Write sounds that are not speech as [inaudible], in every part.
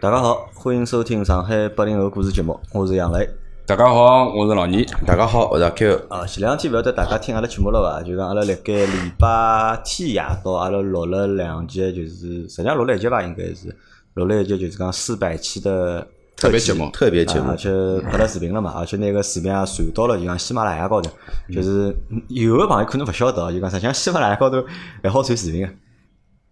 大家好，欢迎收听上海八零后故事节目，我是杨磊。大家好，我是老倪。大家好，我是阿 Q。啊，前两天勿晓得大家听阿拉节目了伐？就讲阿拉辣盖礼拜天夜到，阿拉录了两集，就是实际上录了一集吧，应该是录了一集，就是讲四百期的特别节目特别节啊目而，且拍了视频了嘛，而且那个视频也传到了就讲喜马拉雅高头，就是有的朋友可能勿晓得啊，就讲实际上喜马拉雅高头还好传视频个。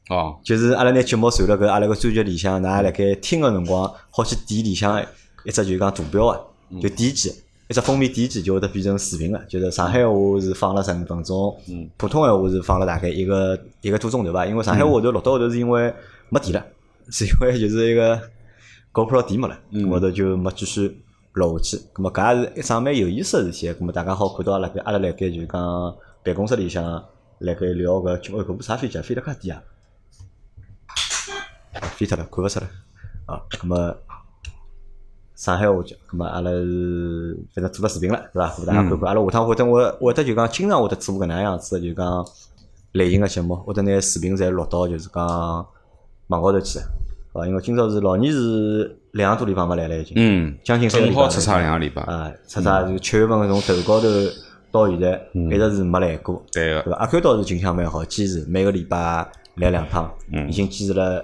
哦，就是阿拉拿节目传了搿阿拉个专辑里向，㑚辣盖听个辰光，好去点里向一只就是讲图标啊，就点击一只封面点击就会得变成视频了。就是上海话是放了十五分钟，普通闲话是放了大概一个一个多钟头吧。因为上海话后头录到后头是因为没电了， [laughs] 是因为就是一个 GoPro 电没了，后头就没继续录下去。咁么搿也是一桩蛮有意思个事体。咁么大家好看到辣盖阿拉辣盖就是讲办公室里向辣盖聊搿节目，搿部啥飞机啊飞得介低啊！飞脱了，看勿出来啊。咁么上海话讲，咁么阿拉是反正做了视频了，对伐？给大家看看。阿拉下趟会得我我得就讲，经常会得做搿能样子的，就讲类型个节目，会得拿视频侪录到就是讲网高头去。啊，因为今朝是老年是两个多礼拜没来了已经，嗯，将近三个正礼拜好了。出差嗯两个礼拜。啊，出差就七月份从头高头到现在，嗯一直是没来过。对对个，伐？阿 Q 倒是近腔蛮好，坚持每个礼拜来两趟，嗯已经坚持了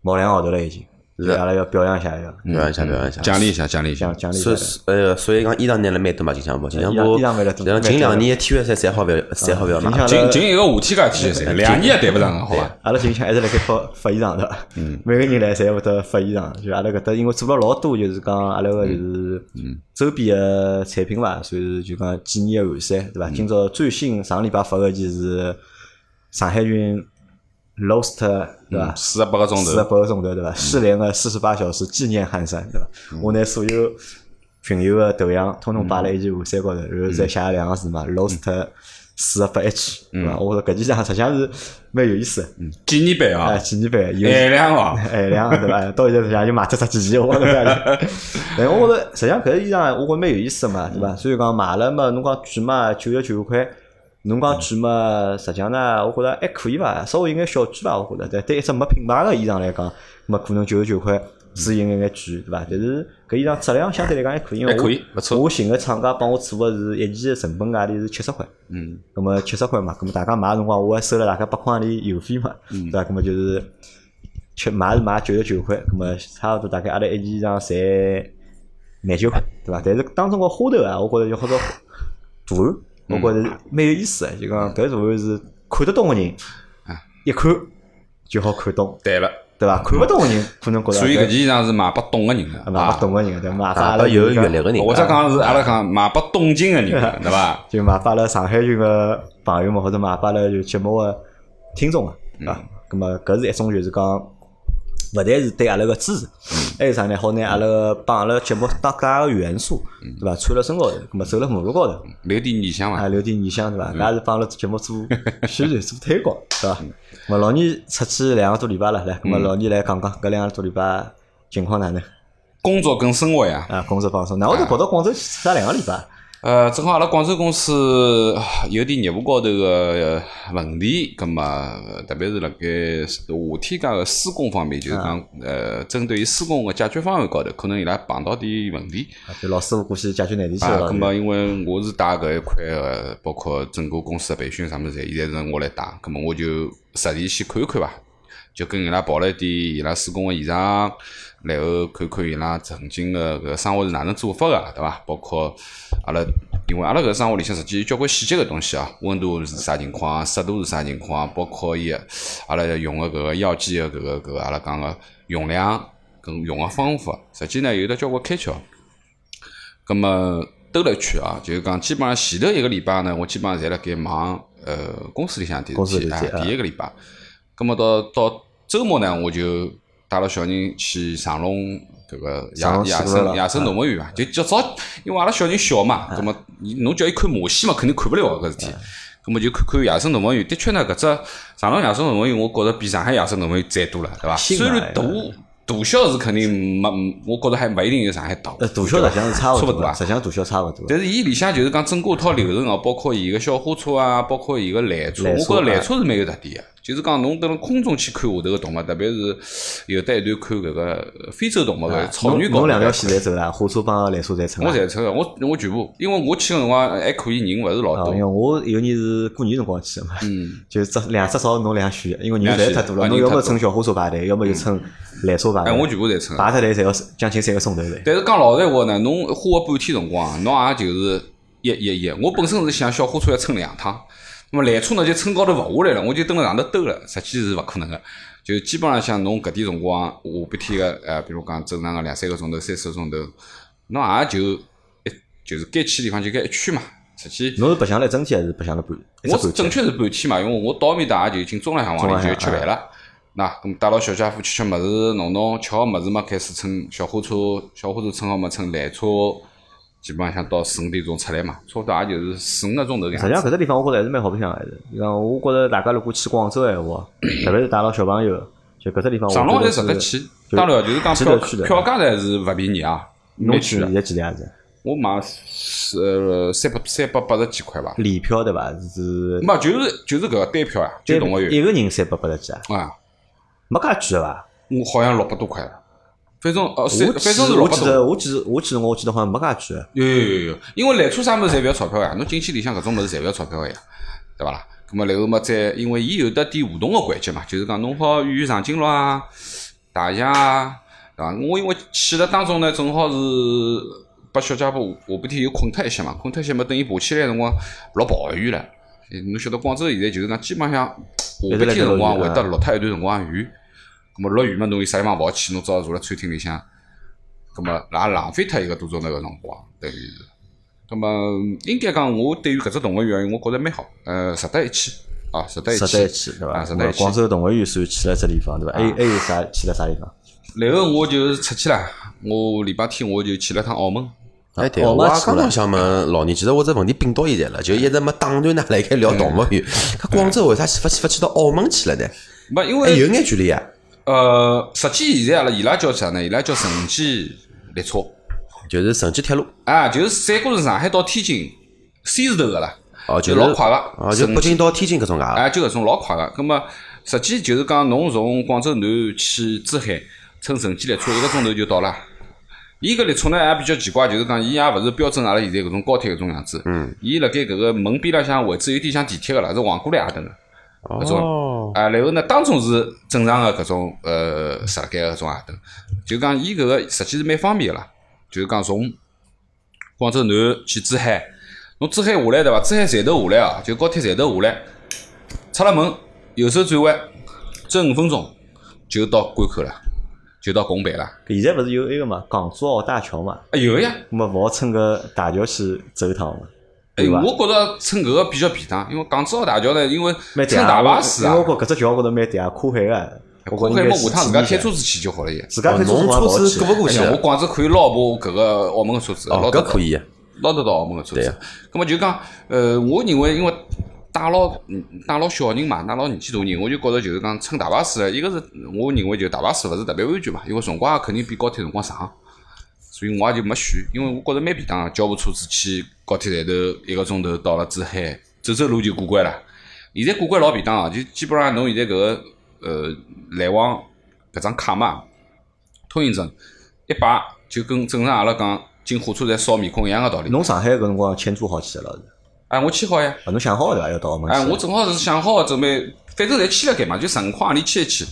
毛两个号头了，已经。是阿拉要表扬一下，要嗯表扬一下，表扬一下。奖励一下，奖励一下奖。奖励一下所以，。呃，所以讲衣裳拿了蛮多嘛，锦江波，锦江波，衣裳衣裳买了多然后近两年体育赛侪好勿要，侪好勿要近买。腔仅阿拉仅一个话题介体现噻，两年也谈不上，好啊伐？阿拉近腔一直辣盖发发衣裳对伐？ [laughs] 每个人来侪会得发衣裳，就阿拉搿搭因为做了老多，就是讲阿拉个就是周边个产品伐，所以就讲纪念个完善对伐？今朝最新上个礼拜发个就是上海群 Lost 对伐？四十八个钟四十头，八个钟头对伐？失联个四十八小时纪念汉山对伐？我拿所有群友个头像统统摆辣一件汗衫高头，然后再写了两个字嘛，lost 四十八 H 对伐？我说搿件事实际上是蛮有意思的，纪念版哎，啊，纪念版有限量哦。哎，两个对伐？到现在实际上就买只只几件，我觉着。但我觉着实际上搿衣裳，我觉着蛮有意思嘛，对伐？所以讲买了嘛，侬讲贵嘛，九十九块。侬讲贵嘛，实际上呢，我觉着还可以伐，稍微有眼小贵伐，我觉着。但对一只没品牌个衣裳来讲，么可能九十九块是有眼眼贵，对伐？但是搿衣裳质量相对来讲还可以，因为还可以不错我我寻个厂家帮我做个是一件成本价钿是七十块。嗯，咁么七十块嘛，咁么大家买个辰光，我还收了大概八块钿邮费嘛，对嗯伐？咁么就是七买是买九十九块，咁么差勿多大概阿拉一件衣裳侪廿九块，对伐？但是当中个花头啊，我觉着就好多图案，我觉着蛮有意思的，就讲搿图案是看得懂个人啊，一看就好看懂，对了，对伐？看勿懂个人可能觉着所以搿件衣裳是卖拨懂个人的啊买啊不，懂个人，对伐？买拨阿啊，拉不就是嗯有讲阅历个人，或者讲是阿拉讲卖拨懂劲个人的，对伐？就买发了上海群个朋友们，或者买发了就节目个听众啊，嗯啊，咁么搿是一种就是讲，勿但是对阿拉个支持，嗯还有啥呢？好拿阿拉个帮阿拉节目当家个元素，嗯对伐？穿辣身高头，咁么啊走辣马路高头，留点印象啊，嘛。留点印象对嗯伐？搿也是帮阿拉节目做宣传、做 [laughs] 推广，对伐？咁啊么老倪出去两个多礼拜了，来，咁啊嗯么老倪来讲讲搿两个多礼拜情况哪能？工作跟生活呀，啊，工作放松，哪会得跑到广州去出差两个礼拜？啊呃，正好阿拉广州公司啊有点业务高头个呃问题，咁么特别是辣盖夏天介个施工方面，就是讲呃，针对于施工个解决方案高头，可能伊拉碰到点问题。啊就老师傅过去解决难题去啊，了。咁么因为我是带搿一块个，包括整个公司个培训啥物事，现在是我来带，咁啊么我就实地先看一看伐，就跟伊拉跑了一点伊拉施工个现场，然后看看伊拉曾经个搿生活是哪能做法个，对伐？包括阿拉，因为阿拉搿生活里向实际有交关细节个东西啊，温度是啥情况，湿度是啥情况，包括伊个阿拉用个搿个药剂个搿个搿个阿拉讲个用量跟用个方法，实际呢有得交关开窍。咁么兜了一圈啊，就是讲基本上前头一个礼拜呢，我基本上侪辣盖忙呃公司里向点公司事里体，向哎啊第一个礼拜。咁么到到周末呢，我就带了小人去长隆搿个长隆野野去了生啦野生动物园嘛，啊就较早，因为阿拉小人小啊嘛，咁么伊侬叫伊看马戏嘛，肯定看不了搿事体。咁么就看看野生动物园，的确呢，搿只长隆野生动物园，我觉着比上海野生动物园赞多了，对伐？新虽嘛然大大小是肯定没，我觉着还勿一定有上海大。呃，大小实际上是差勿多差不多的，啊实际上大小差勿多的。但是伊里向就是讲整个一套流程哦，包括伊个小货车啊，包括伊个缆车，缆我车觉着缆车是蛮有特点个，就是讲侬等空中去看下头个动物，特别是有得一段看搿个非洲动物个草原啊高头侬两条来线侪走啦，火车帮缆车侪乘我啊。侪抽，我我全部，因为我去个辰光还可以，人勿是老啊，多因。为我有年是过年辰光去的嘛，嗯， [laughs] 就只两只少侬两选，因为人实在太多了，两侬选要啊人太么多嗯乘小火车排队，要么就乘缆车排哎，我队，全部侪抽。排出来侪要将近三个钟头嘞。但是讲老实话呢，侬花半天辰光，啊侬也就是一一一。我本身是想小火车要乘两趟，那么缆车呢就乘高头勿下来了，我就蹲辣上头兜了，实际是勿可能个。就基本浪向侬搿点辰光，下半天个呃，比如讲正常个两三个钟头、三四个钟头，侬也就一就是该去地方就该一圈嘛。实际侬是白相了一整天还是白相了半？一只我半正天？确是半天嘛，因为我到面搭也就已经中浪向往里就吃饭了。那咁带牢小家伙吃吃物事，弄弄吃好物事嘛，开始乘小火车，小火车乘好嘛，乘缆车，基本浪向到四五点钟出来嘛，差不多也就是四五个钟头搿实际上样搿子。只地方我觉着还是蛮好白相的还是。就讲我觉着大家如果去广州的闲话，特别是带牢小朋友，就搿只地方我长隆觉还得值得是。去，就当然就是讲值票得去的票价呢是勿便宜啊，侬蛮去贵现的。在几钿啊样子？我买是呃三百三百八十几块吧，礼票对伐？是没就是就是搿个单票呀，就动物一园个人三百八十几啊，啊，没介贵个伐？我好像六百多块，反正呃三我反正是我六百记多。得我记得我记得我记得好像没介贵个。有有有有，因为缆车啥物事侪勿要钞票呀，侬进去里向搿种物事侪勿要钞票个呀，对伐啦？咁么然后嘛，再因为伊有得点互动个环节嘛，就是讲侬好遇长颈鹿啊、大象啊，对伐？我因为去了当中呢，正好是把小家伙下半天又困脱一些嘛，困脱一些嘛，等伊爬起来个辰光老抱怨了。哎侬晓得广州现在就是讲基本上下半天个辰光会得落脱一段辰光雨，咁么落雨嘛，侬有啥地方勿好去，侬只好坐辣餐厅里向。咁么也浪费脱一个多钟头个辰光，等于是。咁么应该讲，我对于搿只动物园，我觉着蛮好，呃，值得一去啊，值得一实在去去。对伐啊？实在我去广州动物园算去了这地方对伐？啊还有还有啥去了啥地方？然后我就出去了，我礼拜天我就去了趟澳门。哎，对，哦我没也去刚了刚想问老倪，其实我这问题并到现在了，就一直没打断呢，来开聊动物园。他广州为啥去勿去勿去到澳门去了呢？没，因还为有眼距离啊。呃，实际现在阿拉伊拉叫啥呢？伊拉叫城际列车就是城际铁路，啊，就是三个是上海到天津 C 字头个啦，哦，就是老快个，哦，就城北京到天津搿种啊，啊，就搿种老快个。咁么，实际就是讲，侬从广州南去珠海，乘城际列车一个钟头就到了。伊搿列车呢也比较奇怪，就是讲伊也勿是标准阿拉现在搿种高铁搿种样子。嗯。伊辣盖搿个门边浪向位置有点像地铁个啦，是横过来阿等个。哦搿种啊，然后呢，当中是正常个搿种呃十盖搿种阿等，就讲伊搿个实际是蛮方便个啦，就是讲从广州南去珠海，侬珠海下来对伐？珠海站头下来啊，就高铁站头下来，出了门右手转弯，走五分钟就到关口了，就到拱北了。现在勿是有那个嘛，港珠澳大桥嘛，啊，有个呀，咁么勿好乘个大桥去走一趟嘛，哎，对伐？我觉着乘搿个比较便当，因为港珠澳大桥呢，因为蛮乘嗲大巴我士因啊为我，觉搿只桥高头蛮嗲，跨海个，过我觉海着应么该下是自趟自家开车子去就好了呀。自家哦开车侬子车好像勿好子去过勿过哎去呀，我啊？广州可以捞部搿个澳门个车子，哦捞，得搿到可以啊，捞得到澳门个车对子呀。咁么就讲，呃，我认为因为带牢嗯带牢小人嘛，带牢年纪大人，我就觉着就是讲乘大巴士呢，一个是我认为就大巴士勿是特别安全嘛，因为辰光也肯定比高铁辰光长，所以我也就没选，因为我觉着蛮便当个，叫部车子去高铁站头一个钟头到了珠海，走走路就过关了。现在过关老便当啊，就基本上侬现在搿个呃来往搿张卡嘛，通行证一摆就跟正常阿拉讲进火车站扫面孔一样个道理。侬上海搿辰光签注好去了，老是哎，我签好呀！啊，侬想好了对伐？要到澳门去哎，我正好是想好准备，反正侪签了该嘛，就十五块钿签一签。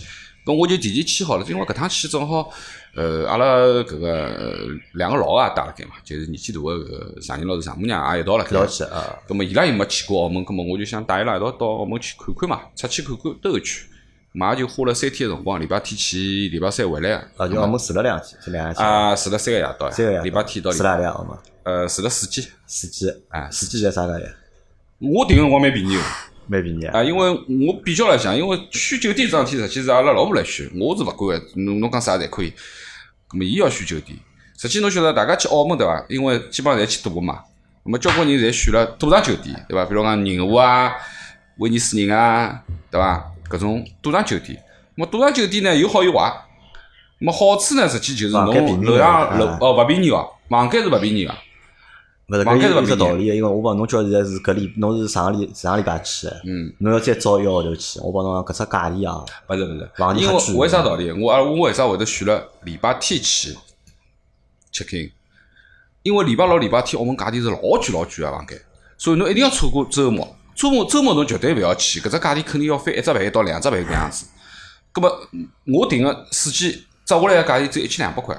搿我就提前签好了，因为搿趟去正好，呃，阿拉搿个呃两个老个也带辣盖嘛，就是年纪大个搿个丈人老是丈母娘也一道辣盖一。道去啊，咁么伊拉又没去过澳门，咁么我就想带伊拉一道到澳门去看看嘛，出去看看兜一圈。马上就花了三天个辰光，礼拜天去，礼拜三回来啊。啊，就澳门住了两天，这两天啊，住了三个夜到三个夜呀，礼拜天到礼住拜，了阿里澳门，呃，住了四天。司机啊司机在啥个呀？我订个辰光蛮便宜个，蛮便宜啊，啊，因为我比较来讲，因为选酒店这桩事体，实际是阿拉老婆来选，我是勿管个，侬侬讲啥侪可以。咁么，伊要选酒店，实际侬晓得，大家去澳门对伐？因为基本上侪去赌个嘛，咁么交关人侪选了赌场酒店，对伐？比如讲仁和啊、威尼斯人啊，对伐？搿种赌场酒店，咁么赌场酒店呢有好有坏。咁么好处呢，实际就是房间便侬宜楼啊上楼哦勿便宜哦，房间是勿便宜个。勿是网搿咖是有有勿只便宜道理的，因为我帮侬叫现在是搿礼，侬是上个礼上个礼拜去的，嗯，侬要再早一个号头去，我帮侬讲搿只价钿啊，勿是勿是网，里因还贵为为啥道理？我啊，我为啥会得选了礼拜天去 check in？因为礼拜六、礼拜天我们价钿是老贵老啊贵个房间，所以侬一定要错过周末。周末周末侬绝对勿要去，搿只价钿肯定要翻一只倍到两只倍搿样子。葛么我订个四季折下来个价钿只有一千两百块，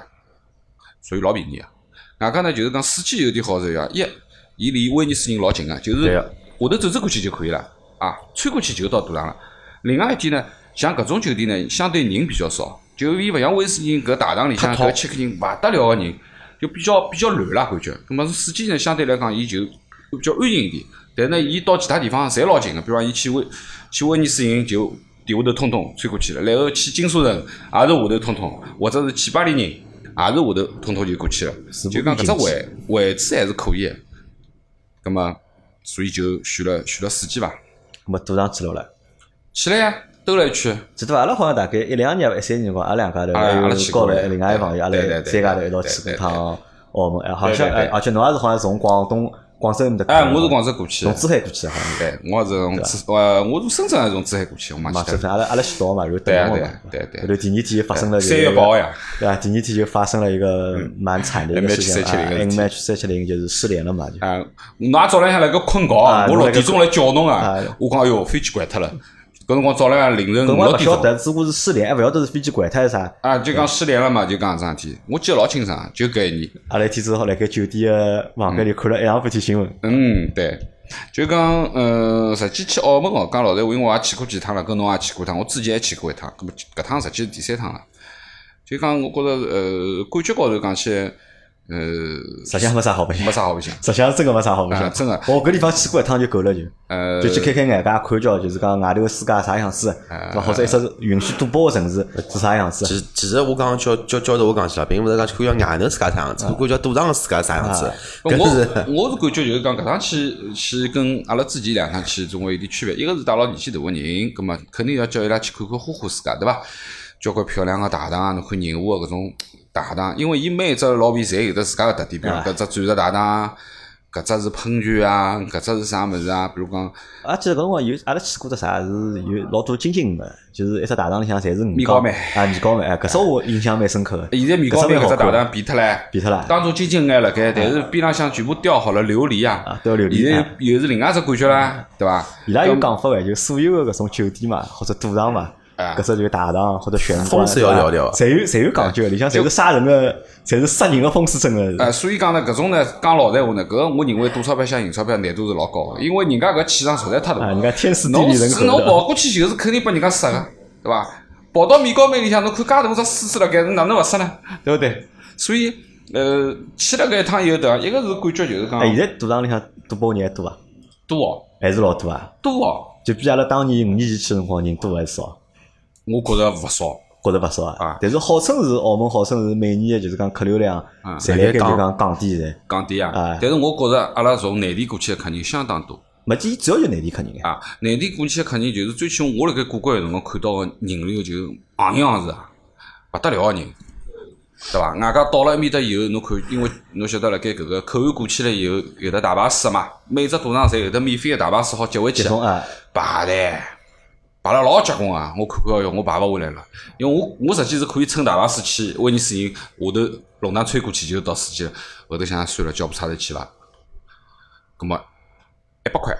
所以老便宜啊个。外加呢，就是讲四季有点好处啊，一伊离威尼斯人老近个，就是对下个头走走过去就可以了啊，穿过去就到赌场了。另外一点呢，像搿种酒店呢，相对人比较少，就伊勿像威斯人搿大堂里向搿 check in 勿得了个人，就比较比较乱啦感觉。葛么四季呢，相对来讲，伊就比较安静一点。但呢，伊到其他地方侪老近个，比方伊去威去威尼斯人就地下头通通穿过去了，然后去金沙城也是下头通通，或者是去巴黎人也是下头通通就过去了。是就讲搿只不位位置还是可以个。葛么，所以就选了选了四季伐，咾么赌场去了了。去了呀，兜了一圈。记得伐？阿拉好像大概一两年、一三年辰光，阿拉两家头，阿拉阿拉去高过头嘞另外一朋友，阿拉对三对对家头一道对去过对趟澳门，哎好像对对对哎而且侬也是好像从广东、广州面搭过来哎，的，我是广州过去从的，珠海过去的，好像是。对，我也是啊从珠呃，我从深圳还是从珠海过去，我忘嘛，记这脱了。份阿拉阿拉先到嘛，然后等对啊我对嘛啊，对啊对啊然后第二天发生了就是三月八号嗯呀，对吧？第二天就发生了一个蛮惨的一个事情啊 MH370 m h 三七零就是失联了嘛，就啊，㑚早浪向辣盖困觉，啊我侬辣六盖点钟来叫侬啊啊，我讲哎哟，飞机关脱了，搿辰光早浪向凌晨搿五我六勿点晓钟。得，只不过是失联，还勿晓得是飞机掼脱还是啥。啊，就讲失联了嘛，就讲桩事体，我记得老清爽，啊就搿一年。阿拉一天子好辣盖酒店个房间里看了一上半天新闻，嗯，对，就讲，呃，实际去澳门哦，讲老实话，因为我也去过几趟了，跟侬也去过一趟，我之前还去过一趟，搿么搿趟实际是第三趟了。就讲，我觉着，呃，感觉高头讲起来，呃，实际上没啥好白相没，啥好白相。实际上真个没啥好白啊相，哦真的我搿地方去过一趟就够了就。呃，就去开开眼界，看叫就是讲外头个世界啥样子，呃对伐？或者一只允许赌博个城市是啥样子？其其实我讲叫叫叫头我讲去了，并勿是讲去看叫外头自家啥样子，我看叫赌场自家啥样子，我搿是我是感觉就是讲搿趟去去跟阿拉之前两趟去总归有点区别，一个是带牢年纪大个人，葛末肯定要叫伊拉去看看花花世界，对伐？交关漂亮个大堂啊，侬看宁华个搿种大堂，因为伊每一只老皮侪有得自家个特点，比如啊搿只钻石大堂，啊搿只是喷泉啊，搿只是啥物事啊，比如讲而且搿辰光有阿拉去过只啥是有老多金金个，就是一只大堂里向侪是米米糕麦麦啊，米糕麦，哎搿只我印象蛮深刻个。现在米高梅搿只大堂变脱唻，变脱了当初金金眼辣盖，但是边浪向全部雕好了琉璃啊啊，雕琉璃现在啊哎又又是另外一只感觉啦，对伐？伊拉有讲法个，就所有个搿种酒店嘛，或者赌场嘛，啊搿只就是大堂或者玄关，风水要对伐聊聊啊侪有侪有讲究个，里向侪是杀人个，侪是杀人个风水阵个呃，。所以讲呢，搿种呢，讲老实话呢，搿个我认为赌钞票想赢钞票难度是老高的，因为人家搿气场实在太大啊，了。人家天时地呃侬利人是和侬的，跑过去就是肯定被人家杀个，对伐？跑到面高面里向，侬看介大只狮子辣盖，哪能勿杀呢？对不对？所以，呃，去了搿一趟以后，对伐？一个是感觉就是哎，现在讲赌场里向赌博人还多伐？啊多哦，还是老多啊？多哦，就比阿拉当年五年前去个辰光人多还是少？我觉着勿少。觉着勿少啊啊。但是号称是澳门，号称是每年的就是讲客流量，嗯侪辣盖就辣盖讲降低的。讲低啊哎，但是我觉着阿拉从内地过去的客人相当多没见主要就内地客人啊，啊！内地过去的客人就是最起码我辣盖过关有辰光看到个人流就昂样是啊，勿得了个人，对伐？外加到了埃面搭以后，侬看，因为侬晓得辣盖搿个口岸过去了以后，有的大巴士嘛，每只赌场侪有的免费个大巴士好接回集去，中啊，排队排了老结棍啊！我看看，哎哟，我排勿回来了，因为我我实际是可以乘大巴士去威尼斯人，下头弄堂穿过去就到司机了，后头想想算了，叫部车头去伐？葛么一百块，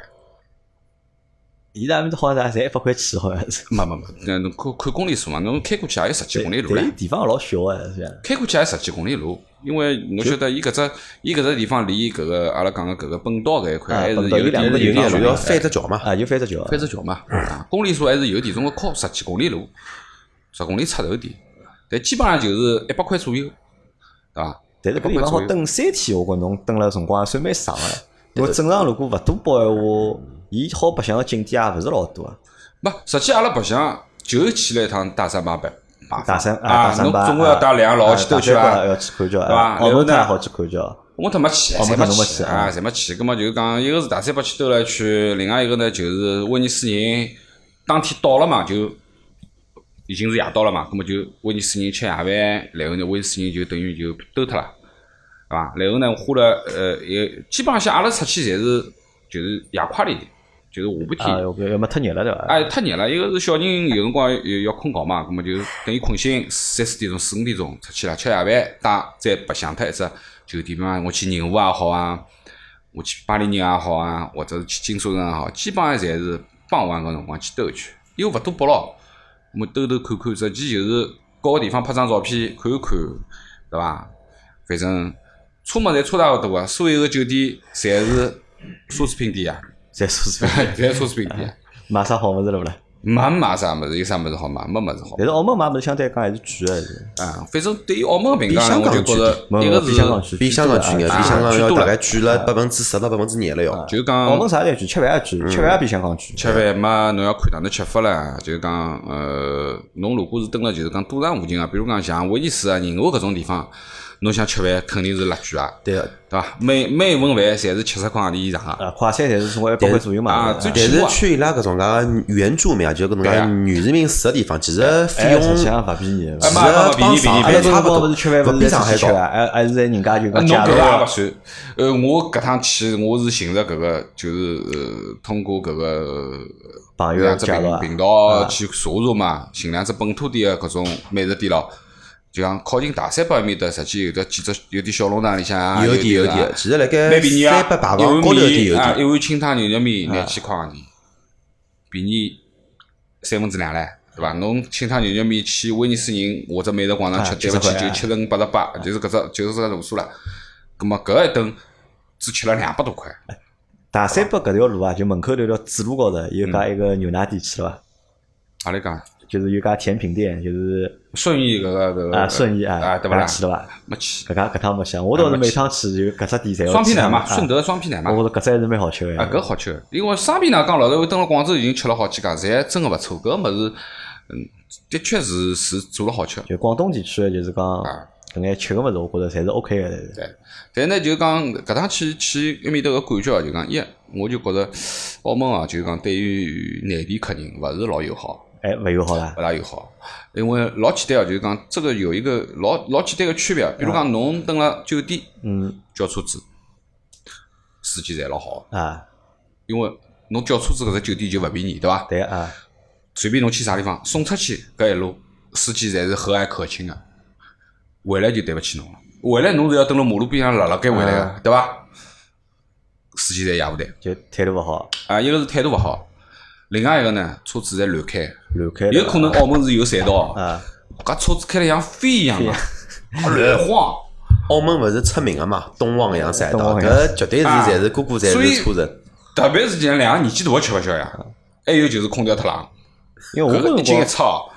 伊拉面好像侪一百块起，好像是。没没没，那呃侬看看公里数嘛，侬开过去也有十几公里路但唻伊，地方老小个，是吧？开过去也有十几公里路。因为侬晓得，伊搿只伊搿只地方离搿个阿拉讲个搿个本岛搿一块啊还是本岛有有两点个有地眼方路嘛要翻只桥嘛，啊，就翻只桥啊，翻只 [laughs] 桥嘛，啊，公里数还是有点，总共靠十几公里路，十公里出头点，但基本上就是一百块左右，对伐？但是搿地方哦好蹲三天，我觉着侬蹲了辰光也算蛮长个。因为正常如果勿赌博闲嗯话，伊好白相个景点也勿是老多啊。不，实际阿拉白相就去了一趟大三巴白，白大三啊大，三侬巴，总归要带两个老去兜去去伐？要去看叫，对啊伐澳然后门呢也好去看叫。我他妈去，哦侪没没去侬没去去啊，侪没去。葛么就是讲，一个是大三巴去兜了一圈，另外一个呢就是威尼斯人当天到了嘛，就已经是夜到了嘛，葛么就威尼斯人吃夜饭，然后呢威尼斯人就等于就兜脱了。对伐？然后呢，花了呃也基本上像阿拉出去侪是就是夜快了一点，就是下半天啊，。要不要要么太热了对伐？哎，太热了，一个是小人有辰光要要困觉嘛，葛么就等伊困醒三四点钟、四五点钟出去了，吃夜饭，带再白相脱一只酒店嘛，啊我去宁波也好啊，我去巴黎人也好啊，或者是去金沙城也好，基本上侪是傍晚个辰光去兜一圈，又勿多北咯，我兜兜看看，实际就是各个地方拍张照片看一看，对伐？反正车么侪差勿多啊，所有个酒店侪是奢侈品店啊， [laughs] 再说是侪奢侈品店啊。买啥好物事了勿啦？没买啥物事，有啥物事好买？没物事好但是澳门买物事相对来讲还是贵个，还是买啊。反正对于澳门个评价比呢，香我港就觉着没一有个比香港是贵，比香港贵眼，比香港啊去要多大了概贵了百分之十到百分之廿了要。就澳讲门啥侪贵，吃饭也贵，吃饭也比香港贵。吃饭嘛，侬要看哪能吃法啦。就是讲，呃，侬如果是蹲辣就是讲赌场附近啊，比如讲像威尼斯啊、宁波搿种地方，侬想吃饭肯定是辣贵啊，对个，对伐？每每一份饭侪是七十块钿以上啊。啊，快餐侪是从一百块左右嘛。啊对最吧但是去伊拉搿种介原住民啊，就搿种对介啊原住民住个地方，其实费哎，用实际其实上勿便宜。哎妈帮比你比你上比海你差不不多，是吃饭，勿勿比是上海吃高。饭，还还是在人家就啊讲侬价搿格个也啊勿算。呃，我搿趟去，我是寻着搿个，就是呃，通过搿个朋友两只介绍频啊频道去查查嘛，寻两只本土点个搿种美食店咯。就像靠近大三巴埃面搭，实际有的几只有点小弄堂里向啊，有点点有啊点，其实辣盖蛮便宜啊，三百排一碗行高头有点有面啊，点。啊一碗清汤牛肉面廿几块洋钿，便宜三分之两唻，对伐？侬清汤牛肉面去威尼斯人或者美食广场啊吃，对70勿起块就啊七十五八十八，就是搿只就是搿只路数了。葛末搿一顿只吃了两百多块，大三巴搿条路啊，就门口头条主路高头有嗯家一个牛奶店去了伐？阿里讲就是有家甜品店，就是顺义搿个搿个啊顺义啊，啊，对勿啦家？去了伐？没去。搿家搿趟没去，我倒是啊没每去趟去就搿只店侪要双皮去奶嘛，啊顺德双皮奶嘛我，觉着搿只还是蛮好吃个。啊，搿好吃，因为双皮奶讲老实话，蹲辣广州已经吃了好几家，侪真个勿错，搿物事，嗯，的确是是做了好吃。就广东地区的，就是讲啊搿眼吃个物事，我觉着侪是 OK 个。对但呢，就讲搿趟去去埃面搭个感觉啊，就讲一，我就觉着澳门啊，就讲对于内地客人勿是老友好。哎，勿友好啦勿，大友好，因为老简单哦，就是讲这个有一个老老简单个区别啊，比如讲侬蹲辣酒店嗯叫车子，司机侪老好，啊，因为侬叫车子搿只酒店就勿便宜，对伐？对啊，随便侬去啥地方送出去搿一路，司机侪是和蔼可亲个，回来就对勿起侬了。回来侬是要蹲辣马路边上辣辣盖回来啊个，对伐？司机侪野无谈就态度勿好，啊，一个是态度勿好，另外一个呢，车子侪乱开，乱开了有可能澳门是有赛道的，啊，搿车子开得像飞一样个，啊乱晃。澳门勿是出名个嘛，东望洋赛东道，望洋搿绝对是啊侪是个个侪所以是车人。特别是像两个年纪大个吃勿消呀，还有就是空调太冷，因为搿啊我个搿一进一辰出哦，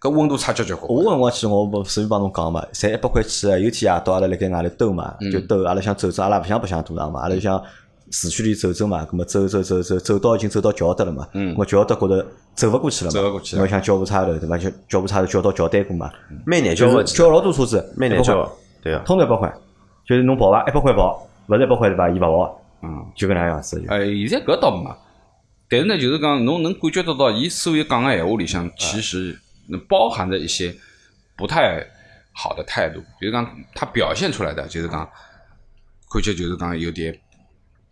搿温度差交交关光，我关。搿辰光去，我不随便帮侬讲嘛，侪一百块去的。有天夜到阿拉辣盖外头兜嘛，就兜，阿拉想走走，阿拉勿想白相赌场嘛，阿拉就想市区里走走嘛，葛末走走走走，走到已经走到桥搭了嘛，我桥搭觉着走勿过去了嘛，走勿过去了我想叫部差头对伐？就叫部差头叫到桥单过嘛，蛮难就叫是个，叫老多车子，蛮难100块叫个，对啊。通头一百块，就是侬跑伐，一百块跑，勿是一百块对伐？伊勿跑，嗯，就搿能样子。呃，现在搿倒没，但是呢，就是讲侬能感觉得到，伊所有讲个闲话里向，其实能包含着一些不太好的态度，就是讲他表现出来的，就是讲看起来就是讲有点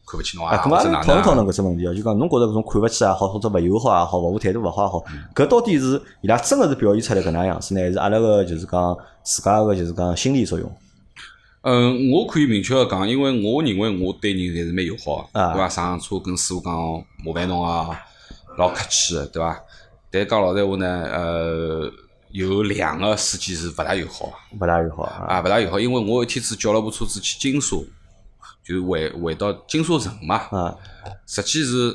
看勿起侬啊，咁或阿者哪拉讨论讨能啊论搿只问题哦，就讲侬觉着搿种看勿起也好，或者勿友好也好，服务态度勿好也好，搿到底是伊拉真个是表现出来搿能样子呢，还是阿拉个就是讲自家个就是讲心理作用？嗯，我可以明确个讲，因为我认为我对人侪是蛮友好的，啊对伐？上车跟师傅讲麻烦侬啊，老客气个，对伐？但讲老实话呢，呃，有两个司机是勿大友好的。勿大友好啊，啊，勿大友好，因为我一天子叫了部车子去金沙，就是回回到金沙城嘛。啊实际是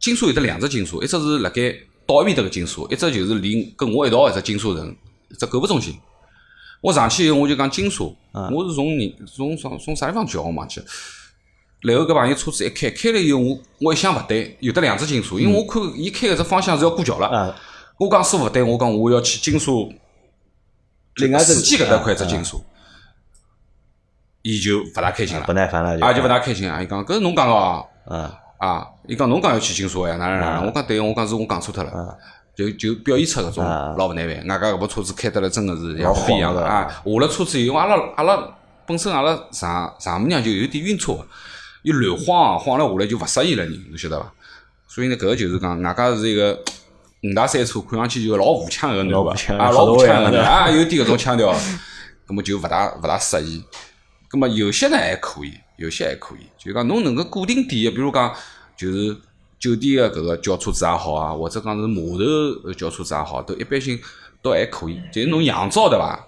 金沙有得两只金沙，一只是辣盖岛埃面搭个金沙，一只就是连跟我一道的一只金沙城，一只购物中心。我上去以后我就讲金沙，我是从你从从从啥地方叫我忘记了。然后搿朋友车子一开，开了以后我我一想勿对，有得两只金沙，因为我看伊开搿只方向是要过桥了。啊，我讲师傅勿对，我讲我要去金沙，另外一只啊世纪搿搭块只金沙，伊就勿大开心了勿，耐烦了就啊就勿大开心啊！伊讲搿是侬讲个哦啊啊，伊讲侬讲要去金沙呀，哪能哪能？我讲对，我讲是我讲错脱了。就就表现出搿种啊老勿耐烦，外加搿部车子开得来真个是像老飞一晃样啊个的啊！下了车子以后，阿拉阿拉本身阿拉丈丈母娘就有点晕车，伊乱晃晃了下来就勿适意了人，侬晓得伐？所以呢，搿个就是讲，外加是一个五大三粗，看上去就老武腔个老侬武伐？腔啊，好老多武腔样个的对伐啊，有点搿种腔调，葛么就勿大勿大适宜。葛么有些呢还可以，有些还可以，就讲侬能够固定点个，比如讲就是酒店个搿个轿车子也好啊，或者讲是码头的轿车子也好，都一般性都还可以。就是侬洋招对伐？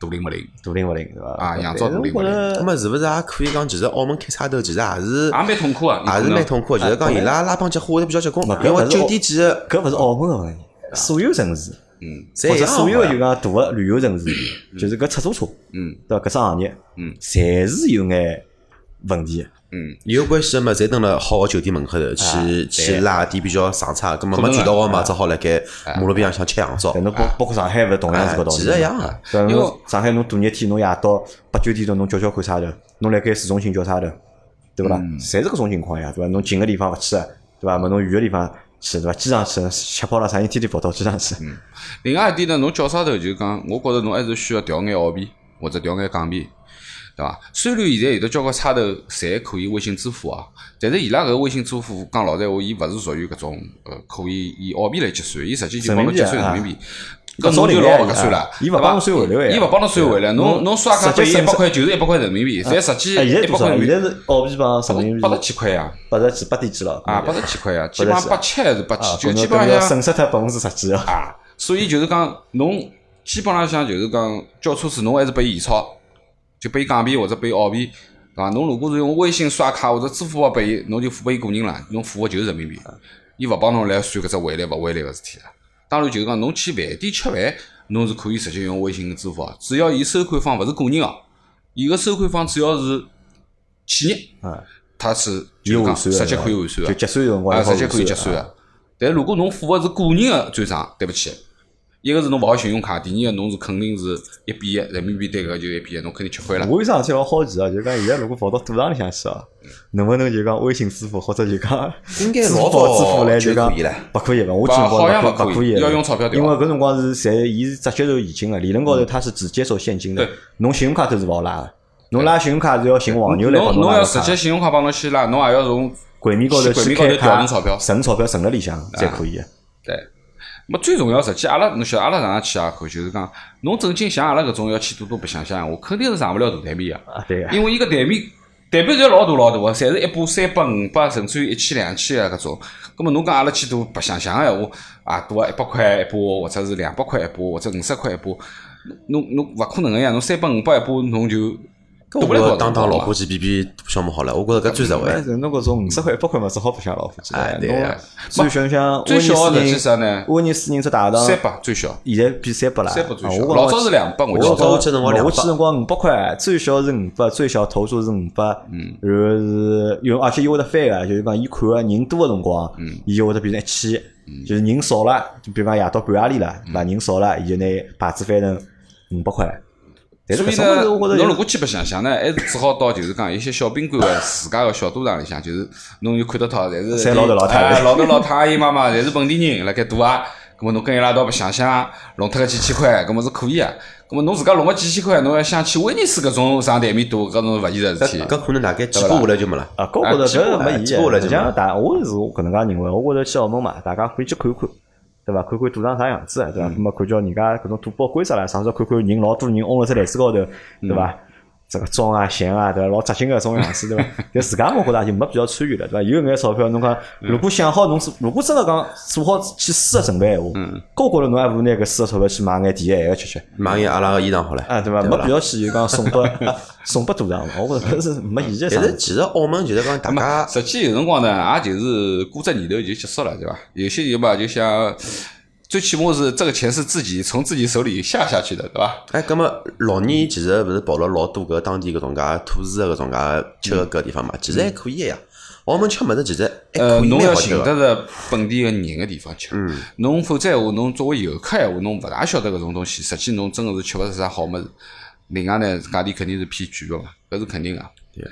大灵勿灵，大灵勿灵对伐？啊但洋招是大灵勿我觉灵得那么是勿是也可以讲，其实澳门开差头，其实也是也蛮痛苦个，啊嗯也是蛮痛苦的。就是讲伊拉拉帮结伙会得比较结棍勿搿，因为勿是哦酒澳店其实搿勿是澳门个问题，啊所有城市嗯侪或者一样所有的的就讲大个旅游城市，就是搿出租车，嗯对伐？搿只行业，嗯侪是有眼问题的。嗯，有关系的嘛，侪蹲辣好个酒店门口啊头去去拉点比较上差，根本没渠道个嘛，只好辣盖啊马路边浪向吃洋招但。侬包啊包括上海，勿是同样是搿道理吗。啊其实一样啊对伐。因为侬呃上海侬大热天，侬夜到八九点钟，侬叫叫看差头，侬辣盖市中心叫差头，对勿啦？嗯侪是搿种情况呀，对伐？侬近个地方勿去，啊对伐？么侬远个地方去，对伐？机场去，吃跑了啥人天天跑到机场去。嗯另外一点呢，侬叫啥头就是讲，我觉着侬还是需要调眼澳币或者调眼港币，对伐？虽然现在有的交关差头侪可以微信支付啊，但是伊拉搿个微信支付讲老实闲话，伊勿是属于搿种呃可以以澳币来结算，伊实际就帮侬啊结算人民币。搿侬就老勿合算了，伊对勿伐帮侬算汇率呀啊伊勿帮侬算汇率，侬侬刷卡实拨际伊一省百块，就是一百块人民币，但实际哎现在一百多块少？人民现币在是澳币帮人民币八十几块呀，八十几八点几了啊，八十几块呀，基本上八七还是八啊七，，就搿基侬本要上像损失脱百分之十几啊。啊，所以就是讲，侬基本浪向就是讲叫车子，侬还是拨伊现钞，就拨伊港币或者拨伊澳币，对伐？侬如果是用微信刷卡或者支付宝拨伊，侬就付拨伊个人了，侬付个就是人民啊币，伊勿帮侬来算搿只汇率勿汇率个事体了。当然就是讲，侬去饭店吃饭，侬是可以直接用微信支付啊，只要伊收款方勿是个人哦，伊个收款方只要是企业，啊，它是有就是换讲算的直接可以换算就个。结算的辰光啊，有好直接可以结换算的啊。个。但如果侬付个是个人个转账，对勿起，一个是侬勿好信用卡，第二个侬是肯定是一比一人民币对搿就一比一，侬肯定吃亏了。我有桩事体老好奇啊，就讲现在如果跑到赌场里向去啊，能不能就讲微信支付或者就讲应该支付老宝支付来早就就讲可以了不可以吧？我不记得好像不不可以不以的，要用钞票对吧嗯因为搿辰光是侪伊是只接受现金的，理论高头它是只接受现金的对，侬信用卡头是勿好拉的，侬拉信用卡是要寻黄牛来帮侬侬拉要个直卡，接信用卡帮侬先拉，侬也要从柜面高头去去柜面开卡高头调成钞票啊存钞票存了里向才可以的。对。么最重要，实际阿拉侬晓得阿拉上趟去也看，就是讲侬正经像阿拉搿种要去多多白相相闲话，肯定是上勿了大台面个，啊，对个。 [laughs] 因为伊个台面台面侪老大老大个，侪是一把三百五百，甚至于一千两千啊搿种。葛么侬讲阿拉去赌白相相个闲话，啊，赌个一百块一把，或者是两百块一把，或者五十块一把，侬侬侬勿可能个呀！侬三百五百一把，侬就搿赌勿来多我少当当辰老啊光婆去比比赌小么好了，我觉着搿最实惠嗯但。哎是侬搿种五十块一百块嘛，只好白相老虎机哎了。对啊侬最小像最小的的实际上呢威尼斯人只大学堂三百最小，现在变三百了，三百最啊小。我老早是两百，我我记老得。早去辰光我200去辰光五百块，最小是五百，最小投诉是五百，嗯，然后是有，而且伊会得翻个，就是讲伊看个人多个辰光，嗯，伊就会得变成一千，就是人少了，就比方夜到半夜里了，对伐？人少了，伊就拿牌子翻成五百块。但是所以搿种物呢，事我觉着侬如果去白相相呢，还是只好到就是讲一些小宾馆个自家个小赌场里向，就是侬就看得到，侪是侪老头老太啊老头老太阿姨妈妈，侪是本地人，辣盖赌啊。葛么侬跟伊拉一道白相相，弄脱个几千块，葛么是可以啊。葛么侬自家弄个几千块，侬要想去威尼斯搿种上台面赌，搿种勿现实事体。搿可能大概几个下来就没了。啊，搿我觉着搿没意义。啊过了实就际上，大我是我搿能介认为，我觉着去澳门嘛，大家可以去看看，对伐？看看赌场啥样子，啊对伐？那么看叫人家搿种赌博规则啦，啥时候看看人老多人拥辣只台子高头，对伐？这个装啊、闲啊，对伐？老扎心个搿种样子，对伐？ [laughs] 但自家我觉着就没必要参与了，对伐？有眼钞票，侬讲如果想好侬是，如果真个讲做好去试个准备闲话，搿我觉着侬还不如拿搿试个钞票去买眼甜个，还要吃吃。买眼阿拉个衣裳好了。啊，对伐？对没伐必要去就讲送拨 [laughs] 送拨赌场嘛，我觉着搿是没意义的但啥。是其实澳门就是讲大家实际有辰光呢，也就是过只年头就结束了，对伐？有些人嘛，就想最起码是这个钱是自己从自己手里下下去的，对伐？哎，葛么老年其实勿是跑了老多搿当地搿种介土著搿种介吃个搿地方嘛，其实还可以个呀。澳门吃物事其实还呃可，以，侬蛮要好寻吃嗯得个。着本地个人个地方吃，侬否则闲话，侬作为游客闲话，侬勿大晓得搿种东西，实际侬真个是吃勿出啥好物事。另外呢，价钿肯定是偏贵个嘛，搿是肯定个。对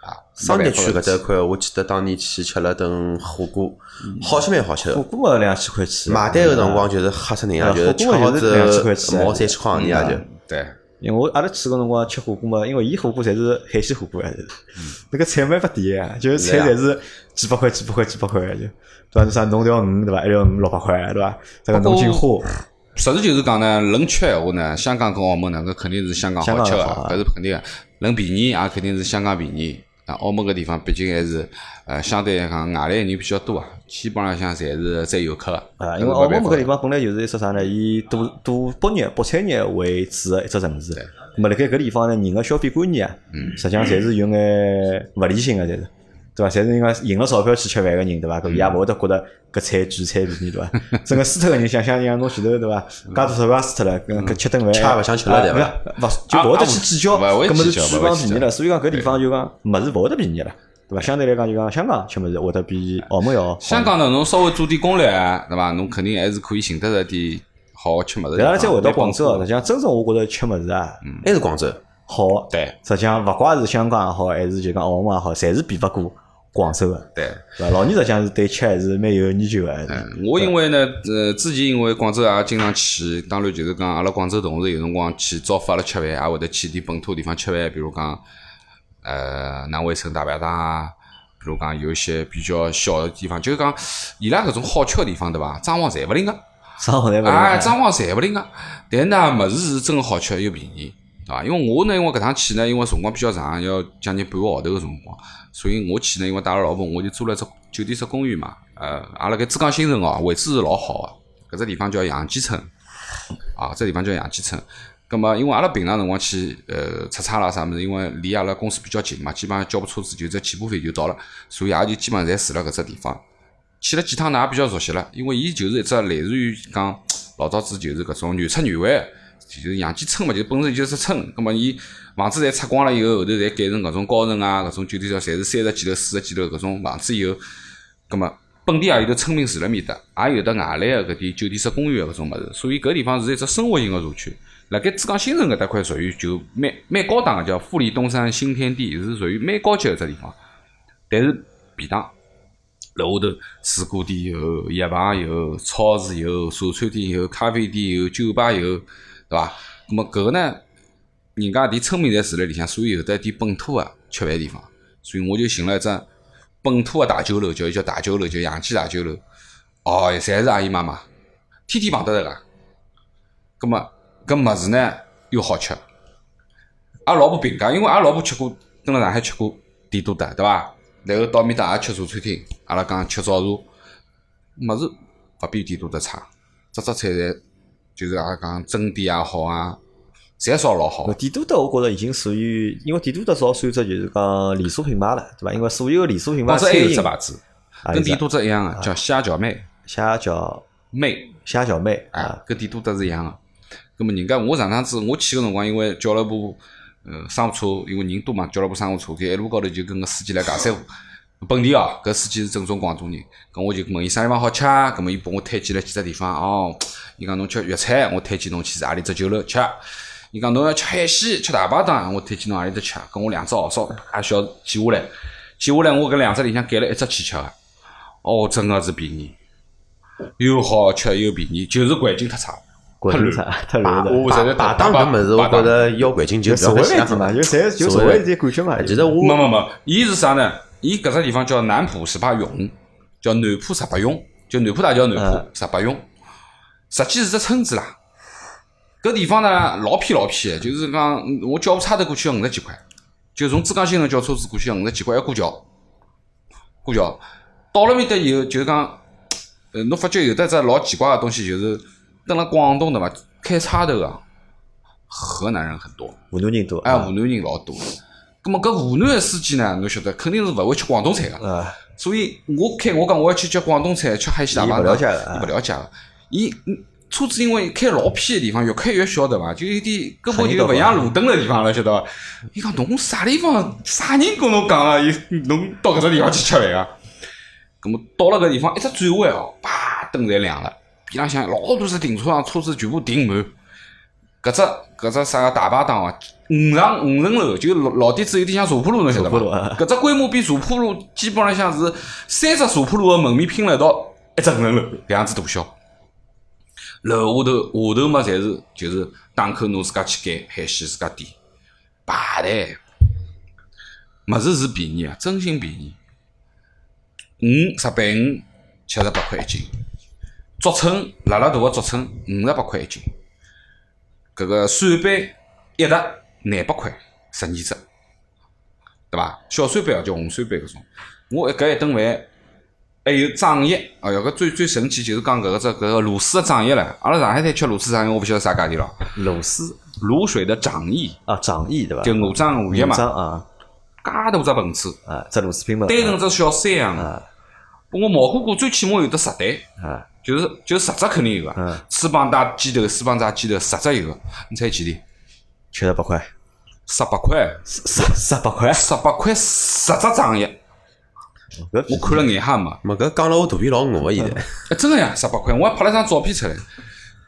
啊，商业区没办搿法搭了块，我记得当年去吃了顿火锅，好吃蛮好吃火个。锅两千块钱，买单个辰光就是吓死人啊！啊就是吃火锅好就是两千块子钱嗯毛三千块行钿啊！就对，因为我阿拉去个辰光吃火锅嘛，因为伊火锅侪是海鲜火锅呀，啊侪是那个菜没法点啊，就是菜对侪是几百块、几百块、几百块啊就，对伐？啥弄条鱼对伐？一条鱼六百块啊对伐？这个弄进货，实事求是讲呢，论吃闲话呢，香港跟澳门呢，搿肯定是香港好吃香个港好，啊搿是肯定个。论便宜也肯定是香港便宜。那澳门搿地方毕竟还是呃相对来讲外来人比较多啊，基本浪向侪是追游客的啊，因为澳门搿个地，搿是没办法的方本来就是一只啥呢，以赌赌博业、博彩业为主的一只城市。那么辣盖搿地方呢，人个消费观念啊，嗯实际上侪是有眼勿理性个，侪是，对伐？侪是应该赢了钞票去吃饭个人，对伐？搿嗯伊也勿会得觉得搿菜贵菜便宜， [laughs] 对伐？整个输脱个人，想想像侬前头对伐？介多钞票也输脱了，搿搿吃顿饭嗯吃也勿想吃了对伐伐？勿就勿会得去计较，啊啊勿会搿么是计较巨勿会帮计便宜较了。所以讲搿地方就讲物事勿会得便宜了，对伐？相对来讲就讲香港吃物事会得比澳门要好。香港呢，侬稍微做点攻略啊，对伐？侬肯定还是可以寻得着点好好吃物事的地然方。后再回到广州，啊蛮实际上真正我觉着吃物事啊还是广州，好，嗯对实际上勿怪是香港也好，还是就讲澳门也好，侪是比勿过广州个，对。嗯对伐？老倪实际上是对吃还是蛮有研究个，还是我因为呢，呃，之前因为广州也经常去，当然就是讲阿拉广州同事有辰光去招呼阿拉吃饭，也会得去点本土地方吃饭，比如讲，呃，南汇城大排档啊，比如讲有一些比较小的地方，就是讲伊拉搿种好吃的地方，对伐？装潢侪勿灵个。 [laughs] 生活侪勿哎，一装潢侪勿灵个，但是呢，物事是真好吃又便宜，对伐？因为我呢，因为搿趟去呢，因为辰光比较长，要将近半个号头个辰光，所以我去呢，因为带阿拉老婆，我就租了只酒店式公寓嘛，呃，阿拉搿珠江新城哦，位置是老好个、搿只地方叫杨箕村，啊，搿只地方叫杨箕村。葛么，因为阿拉平常辰光去，呃，出差啦啥物事，因为离阿拉公司比较近嘛，基本上叫部车子就只起步费就到了，所以也就基本上侪住辣搿只地方。去了几趟呢，也比较熟悉了，因为伊就是一只类似于讲老早子就是搿种原出原位，就是杨箕村嘛，就是本身就是村，葛末伊房子侪拆光了以后，后头侪改成搿种高层啊，搿种酒店叫侪是三十几楼、四十几楼搿种房子以后，葛末本地也有得村民住辣面搭，也有得外来个搿点酒店式公寓个搿种物事，所以搿地方是一只生活型个社区。辣盖珠江新城搿搭块属于就蛮蛮高档个，叫富丽东山新天地，是属于蛮高级个一只地方，但是便当。楼下头水果店有，药房有，超市有，茶餐厅有，咖啡店有，酒吧有，对伐？那么搿个呢，人家点村民侪住辣里向，所以有得一点本土个啊吃饭地方。所以我就寻了一只本土个大酒楼，叫伊叫大酒楼，叫洋气大酒楼。哦，侪是阿姨妈妈，天天碰得着个。葛么搿物事呢又好吃。阿拉老婆评价，因为阿拉老婆吃过，蹲辣上海吃过帝都的，对伐？然后到面搭也吃茶餐厅，阿拉讲吃早茶，物事勿比帝都的差，只只菜侪就是阿拉讲蒸点也好啊，侪烧老好那。帝都的我觉着已经属于，因为帝都的少算只就是讲连锁品牌了，对伐？因为所有的连锁品牌广州还餐有一饮只牌子，啊跟有啊帝啥都这一样个，叫虾饺妹虾饺妹虾饺妹啊啊，，跟帝都的是一样个。葛末人家我上趟子我去个辰光，因为叫了部呃商务车，因为人多嘛，叫了部商务车，搿一路高头就跟个司机来尬三胡。 [laughs] 本地哦，搿司机是正宗广东人，咁我就问伊啥地方好吃啊？咁么伊拨我推荐了几只地方哦。伊讲侬吃粤菜，我推荐侬去阿里只酒楼吃。伊讲侬要吃海鲜，吃大排档，我推荐侬阿里搭吃。跟我两只号烧，啪小记下来，记下来我搿两只里向拣了一只去吃个。哦，真个是便宜，又好吃又便宜，就是环境太差。管理啥太乱了。我实在排档搿物事，我觉得。着要环境就就不嗯社要会问跟西题安嘛，就侪就社会问题感觉啊嘛。其实我没没没，伊是啥呢？伊搿只地方叫南浦十八涌，叫南浦十八涌，就南浦大桥南浦嗯十八涌，实际是只村子啦。搿地方呢，老偏老偏的，就是讲嗯我叫部差头过去要五十几块，就从珠江新城叫车子过去要五十几块，要过桥，过桥。到了面搭以后，就是讲，呃，侬发觉有的只老奇怪的东西，就是等了广东对伐？开差头啊，河南人很多。湖南人多哎，湖南人老多。葛么搿湖南个司机呢，侬晓得肯定是勿会吃广东菜个，啊，所以我开我讲我要去吃广东菜，吃海鲜大伊排档，勿了解的啊伊勿了解个，伊嗯车子因为开老偏个地方，越开越小对伐？就有点根本就勿像路灯个地方了，晓得伐？伊讲侬啥地方啥人跟侬讲啊？伊侬到搿只地方去吃饭啊？葛么到了搿地方一只转弯哦，啪灯侪亮了，边浪向老多只停车场车子全部停满。搿只搿只啥个大排档啊，五层五层楼，就老老底子有点像茶铺路，侬晓得伐茶铺路啊？搿只规模比茶铺路基本浪向是三只茶铺路个门面拼了一道，一只五层楼，搿样子大小。然后下头下头嘛，侪是就是档口侬自家去拣，海鲜自家点，排队，物事是便宜啊，真心便宜，五十板鱼七十八块一斤，竹蛏辣辣大个竹蛏五十八块一斤，搿个扇贝一沓廿八块十二只。对伐？小扇贝啊，叫红扇贝搿种。我一搿一顿饭，还有粽叶，哎哟，搿最最神奇就是讲搿个只搿个螺蛳的粽叶唻。阿拉上海滩吃螺蛳粽叶，我勿晓得啥价钿咯。螺丝泸水的掌叶，啊，长翼对伐？就鹅掌鹅叶嘛，五张啊介大只盆子，啊，只螺丝拼盘单成只小山羊。我毛哥哥最起码有得十对，啊，就是就十只肯定有嗯个，翅膀带鸡头，翅膀带鸡头，十只有个。你猜几钿？七十八块，十八块，哎十十十八块，十八块十只粽叶，我搿看了眼哈嘛。没搿讲了，我肚皮老饿个现在。哎，真个呀，十八块，我还拍了张照片出来，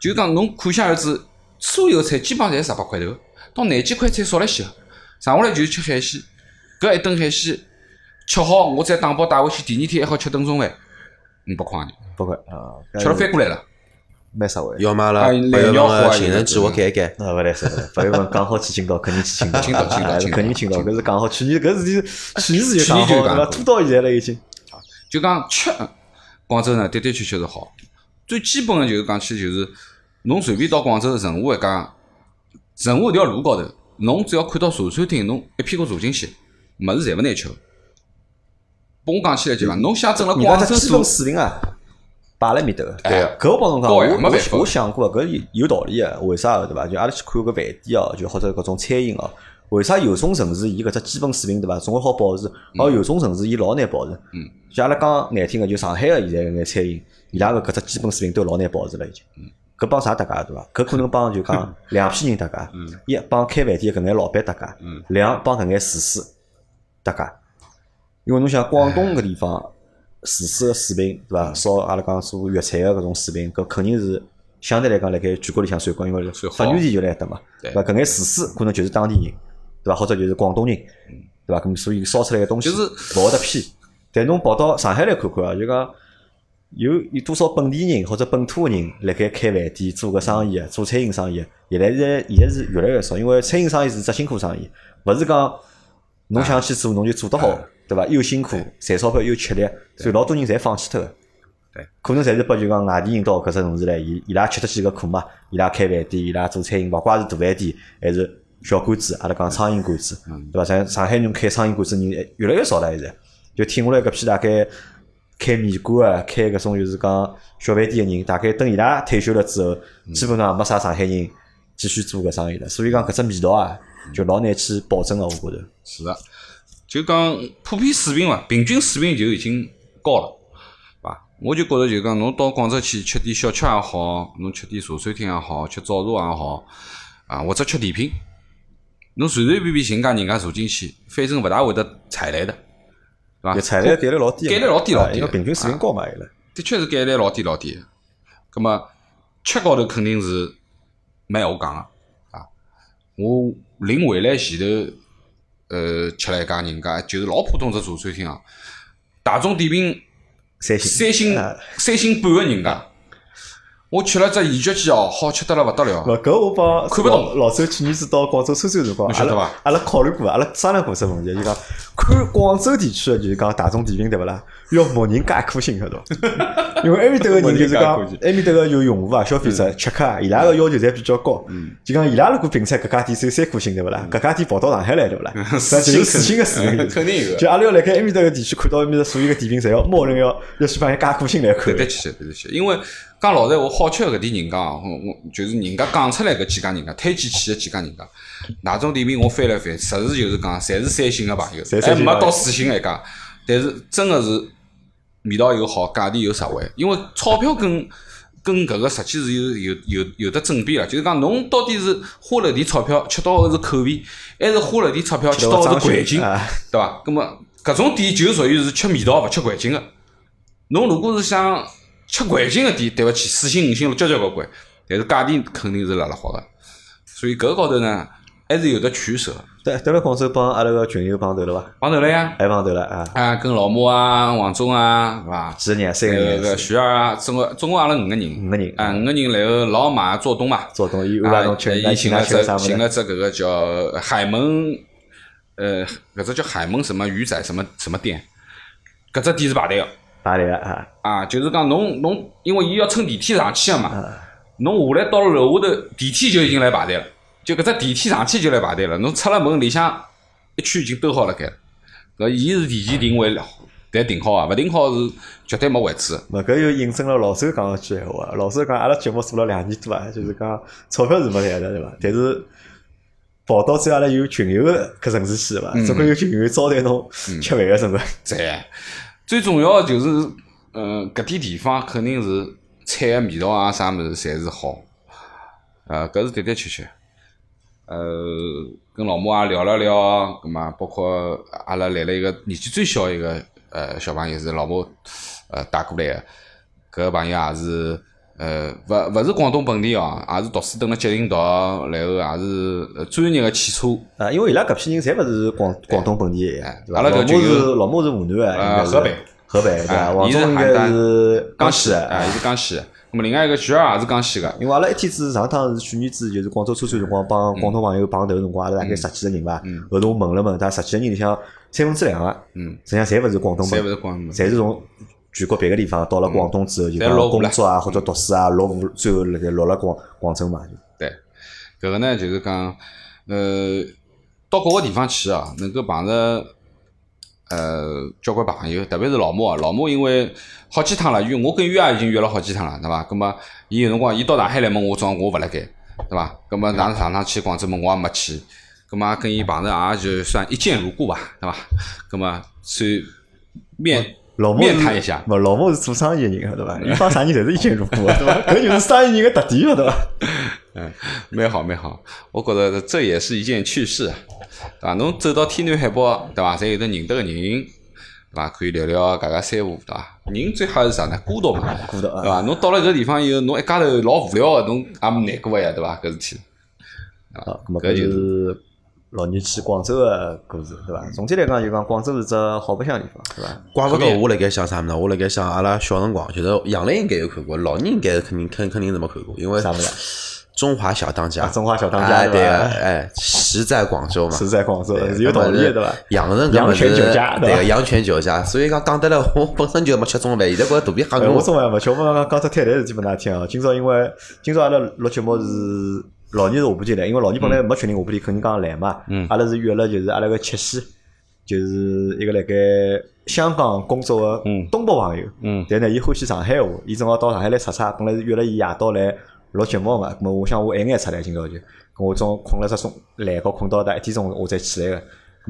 就讲侬可想而知，所有菜基本上侪十八块头，到廿几块菜少了些，剩下来就是吃海鲜，搿一顿海鲜吃好，我再打包带回去，第二天还好吃顿中饭，五百块钿，八块啊，搿嗯吃了翻过来了，蛮实惠。要么阿拉哎八月份来鸟个花行程计划改一改，那勿来事，勿来事八月份刚好去青岛，肯定去青 [laughs] 岛，青岛青岛哎青岛肯定青岛，搿是讲好。去年搿事体， [laughs] 去年子就去年讲好，就对讲伐？好拖到现在了已经。就讲吃，广州呢的的确确是好，最基本的就是讲起就是，侬随便到广州任何一家，任何一条路高头，侬只要看到茶餐厅，侬一屁股坐进去，物事侪勿难吃的。拨我讲起来就讲，侬想整了人家广只州基本做，水平啊，摆辣面头个。哎搿我帮侬讲，我高呀没办我法我想过，搿有有道理个，为啥个对伐？就阿拉去看搿饭店哦，就或者搿种餐饮哦，为啥有种城市伊搿只基本水平对伐，总归好保持，而有种城市伊老难保持。嗯。就阿拉讲难听个，就上海个现在搿眼餐饮，伊拉个搿只基本水平都老难保持了已经。嗯搿帮啥搭界对伐？搿可能帮就 [laughs] 讲两批人搭界，嗯一帮开饭店搿眼老板搭界，两帮搿眼厨师搭界。因为侬想广东搿地方厨师个水平对伐？烧阿拉讲做粤菜个搿种水平，搿肯定是相对来讲辣盖全国里向算高，因为算好发源地就辣埃搭嘛。对伐？搿眼厨师可能就是当地人，对伐？或者就是广东人，对伐？咁所以烧出来个东西嗯就是勿好得偏。但侬跑到上海来看看啊，就讲有有多少本地人或者本土人辣盖开饭店做搿生意啊，做餐饮生意啊，现在是现在是越来越少，因为餐饮生意是只辛苦生意，勿是讲侬想去做侬就做得好，对伐？又辛苦，赚钞票又吃力，所以老多人侪放弃脱个。可能侪是拨就讲外地人到搿只城市来，伊伊拉吃得起搿苦嘛，伊拉开饭店，伊拉做餐饮，勿怪是大饭店还是小馆子，阿拉讲苍蝇馆子，对伐？像上海人开苍蝇馆子人哎越来越少了，现在就听下来搿批大概开面馆啊，开搿种就是讲小饭店个人，大概等伊拉退休了之后，嗯基本上没啥上海人继续做搿生意了，所以讲搿只味道啊，就老难去保证个，啊我觉着。是个，就讲普遍水平伐，平均水平就已经高了，对伐？我就觉着就讲，侬到广州去吃点小吃也好，侬吃点茶餐厅也好，吃早茶也好，啊，或者吃甜品，侬随随便便寻家人家坐进去，反正勿大会得踩雷的，对伐？就产量概率老低嘛，概率啊老低老低啊啊因为平均水平高嘛，伊拉。的确是概率老低老低的。葛么吃高头肯定是没闲话讲个啊！我临回来前头，呃，吃了一家人家，就是老普通只茶餐厅啊，大众点评三星，三星啊三星半个人家，我吃了只盐焗鸡哦，好吃得了勿得了。勿搿我帮看不懂老老周去年子到广州参观的辰光，你阿晓得拉伐阿拉考虑过，阿拉商量过这问题，就讲看广州地区的，就是讲大众点评对勿啦？要默认加一颗星，晓得伐？ [laughs] 因为埃面搭个人就是讲默认加一颗，嗯埃面搭个有用户啊、消费者、吃客啊，伊拉个要求侪比较高。就讲伊拉如果评测搿家店只有三颗星对勿嗯啦？搿家店跑到上海来 [laughs] 对勿啦？四那就星有四星个水平。肯定有的就阿拉要辣盖埃面搭个地区看到埃面搭所有个点评，侪要默认要要去帮人家加一颗星来看对。得起，对得起。因为讲老实闲话，好吃的搿点人家啊，我我就是人家讲出来搿几家人家，推荐去的几家人家，哪种点评我翻了翻，实事求是讲，侪是三星的朋友侪，还三星没的到四星一家。但是真的是味道又好，价钿又实惠，因为钞票跟跟搿个实际是有有有有得正比了，就是讲侬到底是花了点钞票吃到的是口味，还是花了点钞票吃到的是环境，啊对伐？那么搿种店就属于是吃味道勿吃环境个。侬如果是想吃环境个店，对勿起，四星五星交交关关，但是价钿肯定是辣辣好个。所以搿高头呢，还是有得取舍。对，德勒广州帮阿拉个群友碰头了伐？帮头了呀，还碰头了啊！啊，跟老马啊、王总啊，是伐？几个人？三个那个人，徐二啊，总共总共阿拉五个人，五个人啊，五个人，然后老马做东嘛，做东伊安啊排，侬吃，伊㑚请请了㑚吃只个啥物请事？了只搿个叫呃海门，呃，搿只叫海门什么鱼仔什么什么店，搿只店是排队个排队了啊！啊，就是讲侬侬，因为伊要乘地铁上去个嘛，啊侬下来到了楼下头，地铁就已经来排队了，就搿只地铁上去就来排队了，侬出了门里向一圈已经兜好了该了，搿伊是提前定位了，但定好啊，勿定好是绝对没位置的。嘛，搿又印证了老周讲一句闲话。老周讲阿拉节目做了两年多啊，就是讲钞票是没赚的，对伐？但是跑到最后阿拉有群友搿层次去对伐？嗯总归有群友招待侬吃饭个成分。赞。最重要的就是，嗯，搿点地方肯定是菜个味道啊，啥物事侪是好，呃，搿是的的确确。呃，跟老母啊也聊了聊，葛末包括阿拉来了一个年纪最小一个呃小朋友是老母呃带过来个，搿个朋友也是呃勿勿是广东本地哦，也是读书蹲辣吉林读，然后也是呃专业个汽车。啊，因为伊拉搿批人侪勿是广广东本地人哎，对伐？阿拉老搿母群友是老母是湖南的，应呃该是河北河北对伐？哎王伊总是应邯该郸是江西的，啊，伊是江西的。葛末另外一个徐二也是江西个，因为阿拉一天子上趟是去年子，就是广州车展辰光帮广东朋友碰头辰光，阿拉嗯大概十几个人吧。后头我问了问，但十几个人里向三分之两个，嗯，实际上侪勿是广东侪本勿地，是广东的。侪是从全国别个地方到了广东之后，就侪落讲户了嗯工作啊或者读书啊落户，最后辣盖落了广广州嘛。对，搿个呢就是讲，呃，到各个地方去啊，能够碰着呃交关朋友，特别是老莫啊，老莫因为好几趟了，约我跟约啊也已经约了好几趟了，对伐？葛么伊有辰光伊到上海来问我，正好我勿辣盖，对伐？葛么哪上趟去广州么我也没去，葛么跟伊碰着也就算一见如故吧，对伐？葛么算面老莫面是谈一下，勿，老莫是做生意的人，对伐？伊帮啥人侪是一见如 [laughs] 故的，对伐？搿就是生意人的特点，对伐？哦 [laughs] 蛮好蛮好，我觉着这也是一件趣事，啊对伐？侬走到天南海北，对伐？侪有得认得个人，对伐？可以聊聊家家三胡，对伐？人最好是啥呢？孤独嘛，孤独啊对伐？侬到了搿地方以后，侬一家头老无聊啊个，侬也难过个呀，对伐？搿事体，啊，咁么搿搿就就是老年去广州个故事，对伐？总体来讲，就讲广州是只好白相地方，对伐？怪勿得我辣盖想啥物事，我辣盖想阿拉小辰光，就是杨澜应该有看过，老人应该肯定肯肯定是没看过，因为啥物事啊中华小当家啊，，中华小当家哎对对 [laughs] 个，伐？哎，实在广州嘛，是在广州，对是有道理的，对伐？养成阳泉酒家对对吧个阳泉酒家，所以讲讲得来， [laughs] 我本身就没吃中饭，现在觉着肚皮吓哎，我我。中午也没吃，我刚刚只摊台事体拨㑚听哦。今朝因为今朝阿拉录节目是老年是下半天来，因为老年本嗯来没确定下半天肯定讲来嘛。嗯阿拉是约了，就是阿拉个七夕，就是一个辣盖香港工作个嗯东北朋友。嗯，但呢，伊欢喜上海话，伊正好到上海来出差，本来是约了伊夜到来录节目嘛。咁么我想我晚眼出来，今朝就，咁我中困了只钟，懒觉困到大一点钟，我再起来个。咁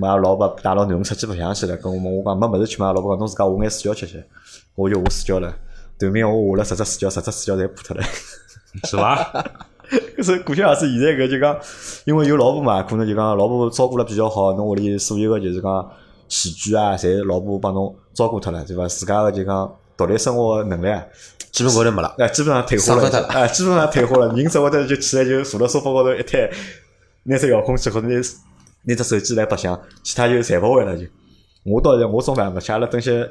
么阿拉老婆带牢囡恩出去白相去了，跟我问我讲没物事吃嘛，阿拉老婆讲侬自家下眼水饺吃吃，我就下水饺了。对面我下了十只水饺，十只水饺侪破脱了。是伐？ [laughs] 所以可想而知，现在搿就讲，因为有老婆嘛，可能就讲老婆照顾了比较好，侬屋里所有个就是讲起居啊，侪老婆帮侬照顾脱了，对伐？自家个就讲独立生活的能力啊，基本高头没了。哎，基本上退化上了课已经，哎，基本上退化了。人只会得就起来就坐到沙发高头一摊，拿只遥控器或者拿拿只手机来白相，其他就侪勿会了就。我到现在我中饭没吃，阿拉等些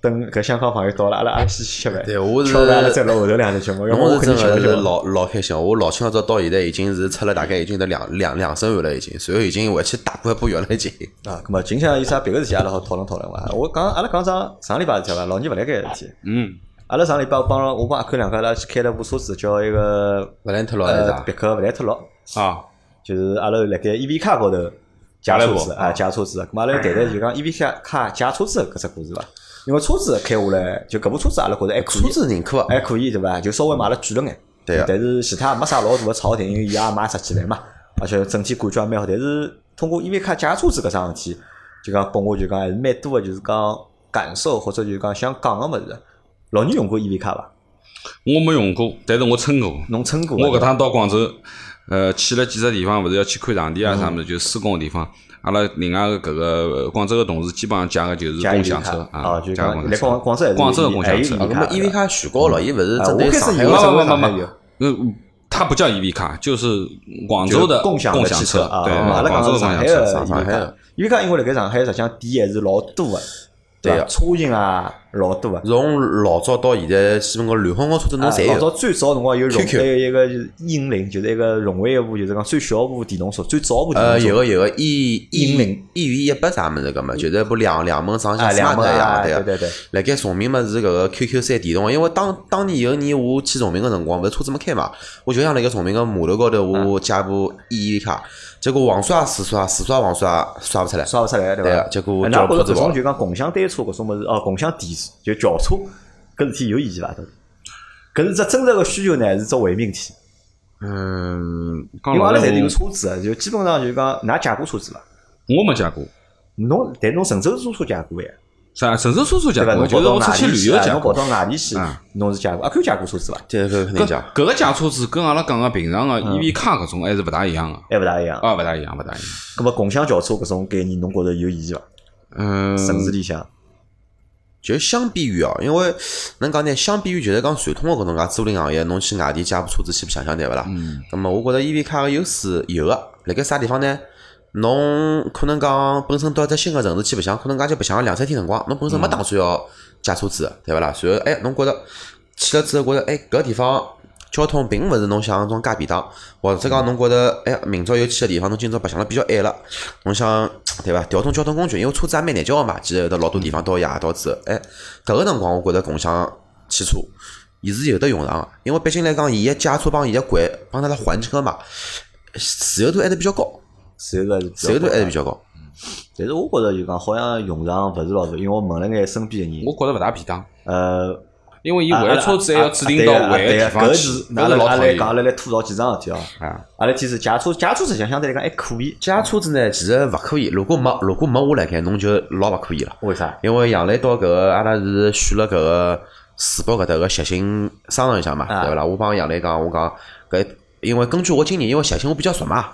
等搿香港朋友到了，阿拉阿拉先吃饭，对我是吃完饭阿拉再录后头两只节目，要不我哎我是肯定真吃勿的消是。老老开心，我老清早到现在已经是出了大概已经得两两两身汗了，已经，随后已经回去打过一波浴了，已经。啊，咁么今向有啥别个事体，阿拉好讨论讨论伐？我讲阿拉讲上上礼拜事体伐？老年勿辣盖个事体。 [laughs] 嗯，阿拉上礼拜我帮我帮阿克两个阿拉去开了部车子，叫一个勿兰特老是呃啥别？克弗莱特洛，啊，就是阿拉辣盖 EV 卡高头借车借子了一部啊，借车子。咁阿拉谈谈就讲 E EV 卡卡借车子搿只故事伐？因为车子开下来，就搿部车子阿拉觉着还可以，车子认可啊还伐？可以对伐？就稍微买了贵了眼，对啊但是其他没啥老大个槽点，因为伊也卖十几万嘛，而且整体感觉也蛮好。但是通过 EV 卡借车子搿桩事体，就讲拨我就讲还是蛮多个，就是讲感受或者就是讲想讲个物事。老年用过 EV 卡伐？我没用过，但是我乘过。侬乘过伐？我搿趟到广州，呃，去了几只地方，勿是要去看场地啊嗯啥物事，就施工个地方。阿拉另外个搿个呃广州个同事，基本上借个就是加 EV 共享车卡啊，就借个讲共来享广车。广州还是广有还有州的共享车啊那么 EV EV 卡卡选高了，伊勿是啊针我对开上始海以为勿是为勿勿上海勿有嗯，它不叫 EV 卡，就是广州的共享共的享汽车啊，对，阿拉广讲州是的共上享海车的，上海的 EV 卡因为辣盖上海实际上店还是老多的，对吧？啊车型啊老多的。从老早到现在，基本高乱哄哄车子侬啊侪老早有。最早辰光有荣， QQ 还有一个就是英灵，就是一个荣威一部，就是讲最小部电动车，最早部电呃，动车。啊有个有个 E 英 E 灵 E V 一八啥么子个嘛，就是不两两门上啊，下两 smart 门一啊，对样对个。对对，辣盖崇明嘛是搿个 QQ 三电动，啊因为当当年有一年我去崇明个辰光，勿是车子没开嘛，我就想辣盖崇明个码头高头嗯我加部 EV 卡，结果黄刷试刷试刷黄刷刷勿出来，刷勿出来对哎对伐个？结果那叫觉车着子搿跑种了就讲共享单车搿种物事，哦，共享电就轿车搿事体有意义伐？到底搿是只真实个需求呢，还是只伪命题？嗯，因讲为老阿拉实侪是有车话子个，就基本上就是讲，㑚借过车子伐？我没借过，侬但侬顺手租车借过呀，啥甚至叔叔借对伐？过，侬就跑是到我出外去地旅去游啊，借侬过嗯跑。到外地去，侬是借过，阿啊 Q 借过车子伐？对搿肯定搿讲。搿个借车子跟阿拉讲个平常个嗯 EV 卡搿种还是勿大一样个，还勿大一样。啊，勿大一样，勿大一样。咁么共享轿车搿种概念，侬觉着有意义伐？嗯，城市里向，就相比于哦，因为能讲呢，相比于就是讲传统的搿种介租赁行业，侬去外地借部车子去想想对勿啦？嗯，那么我觉着 EV 卡个优势有个，辣盖啥地方呢？侬可能讲本身到一只新个城市去白相，可能讲就白相个两三天辰光，侬本身没打算要借车子的，对勿啦？随后哎，侬觉着去了之后觉着哎，搿地方交通并勿是侬想象中介便当，或者讲侬觉着哎，明朝要去个地方，侬今朝白相了比较晚了，侬想对伐？调动交通工具，因为车子也蛮难叫个嘛，其实有得老多地方到夜到之后，哎，搿个辰光我觉着共享汽车。伊是有得用场个，因为毕竟来讲，伊个借车帮伊个还帮他来还车嘛，自由度还是比较高，自由度还是比较自由度还是高比较高。哎但是我觉着就讲，好像用场勿是老多，因为我问了眼身边个人我，觉着勿大便当，呃，因为伊啊还车子还要指定到啊还对个啊地方搿去，是搿阿是拉老阿讨拉厌讲，阿的拉来吐槽几桩事体哦。啊。阿拉天是借车，借车实际上相对来讲还可以，借车子呢，其实勿可以，如果没如果没我辣盖，侬就老勿可以了。为啥？因为杨澜到搿个，阿拉是选了搿个世博搿搭个协鑫商场里向嘛，啊对勿啦？我帮杨澜讲，我讲搿，因为根据我经验，因为协鑫我比较熟嘛，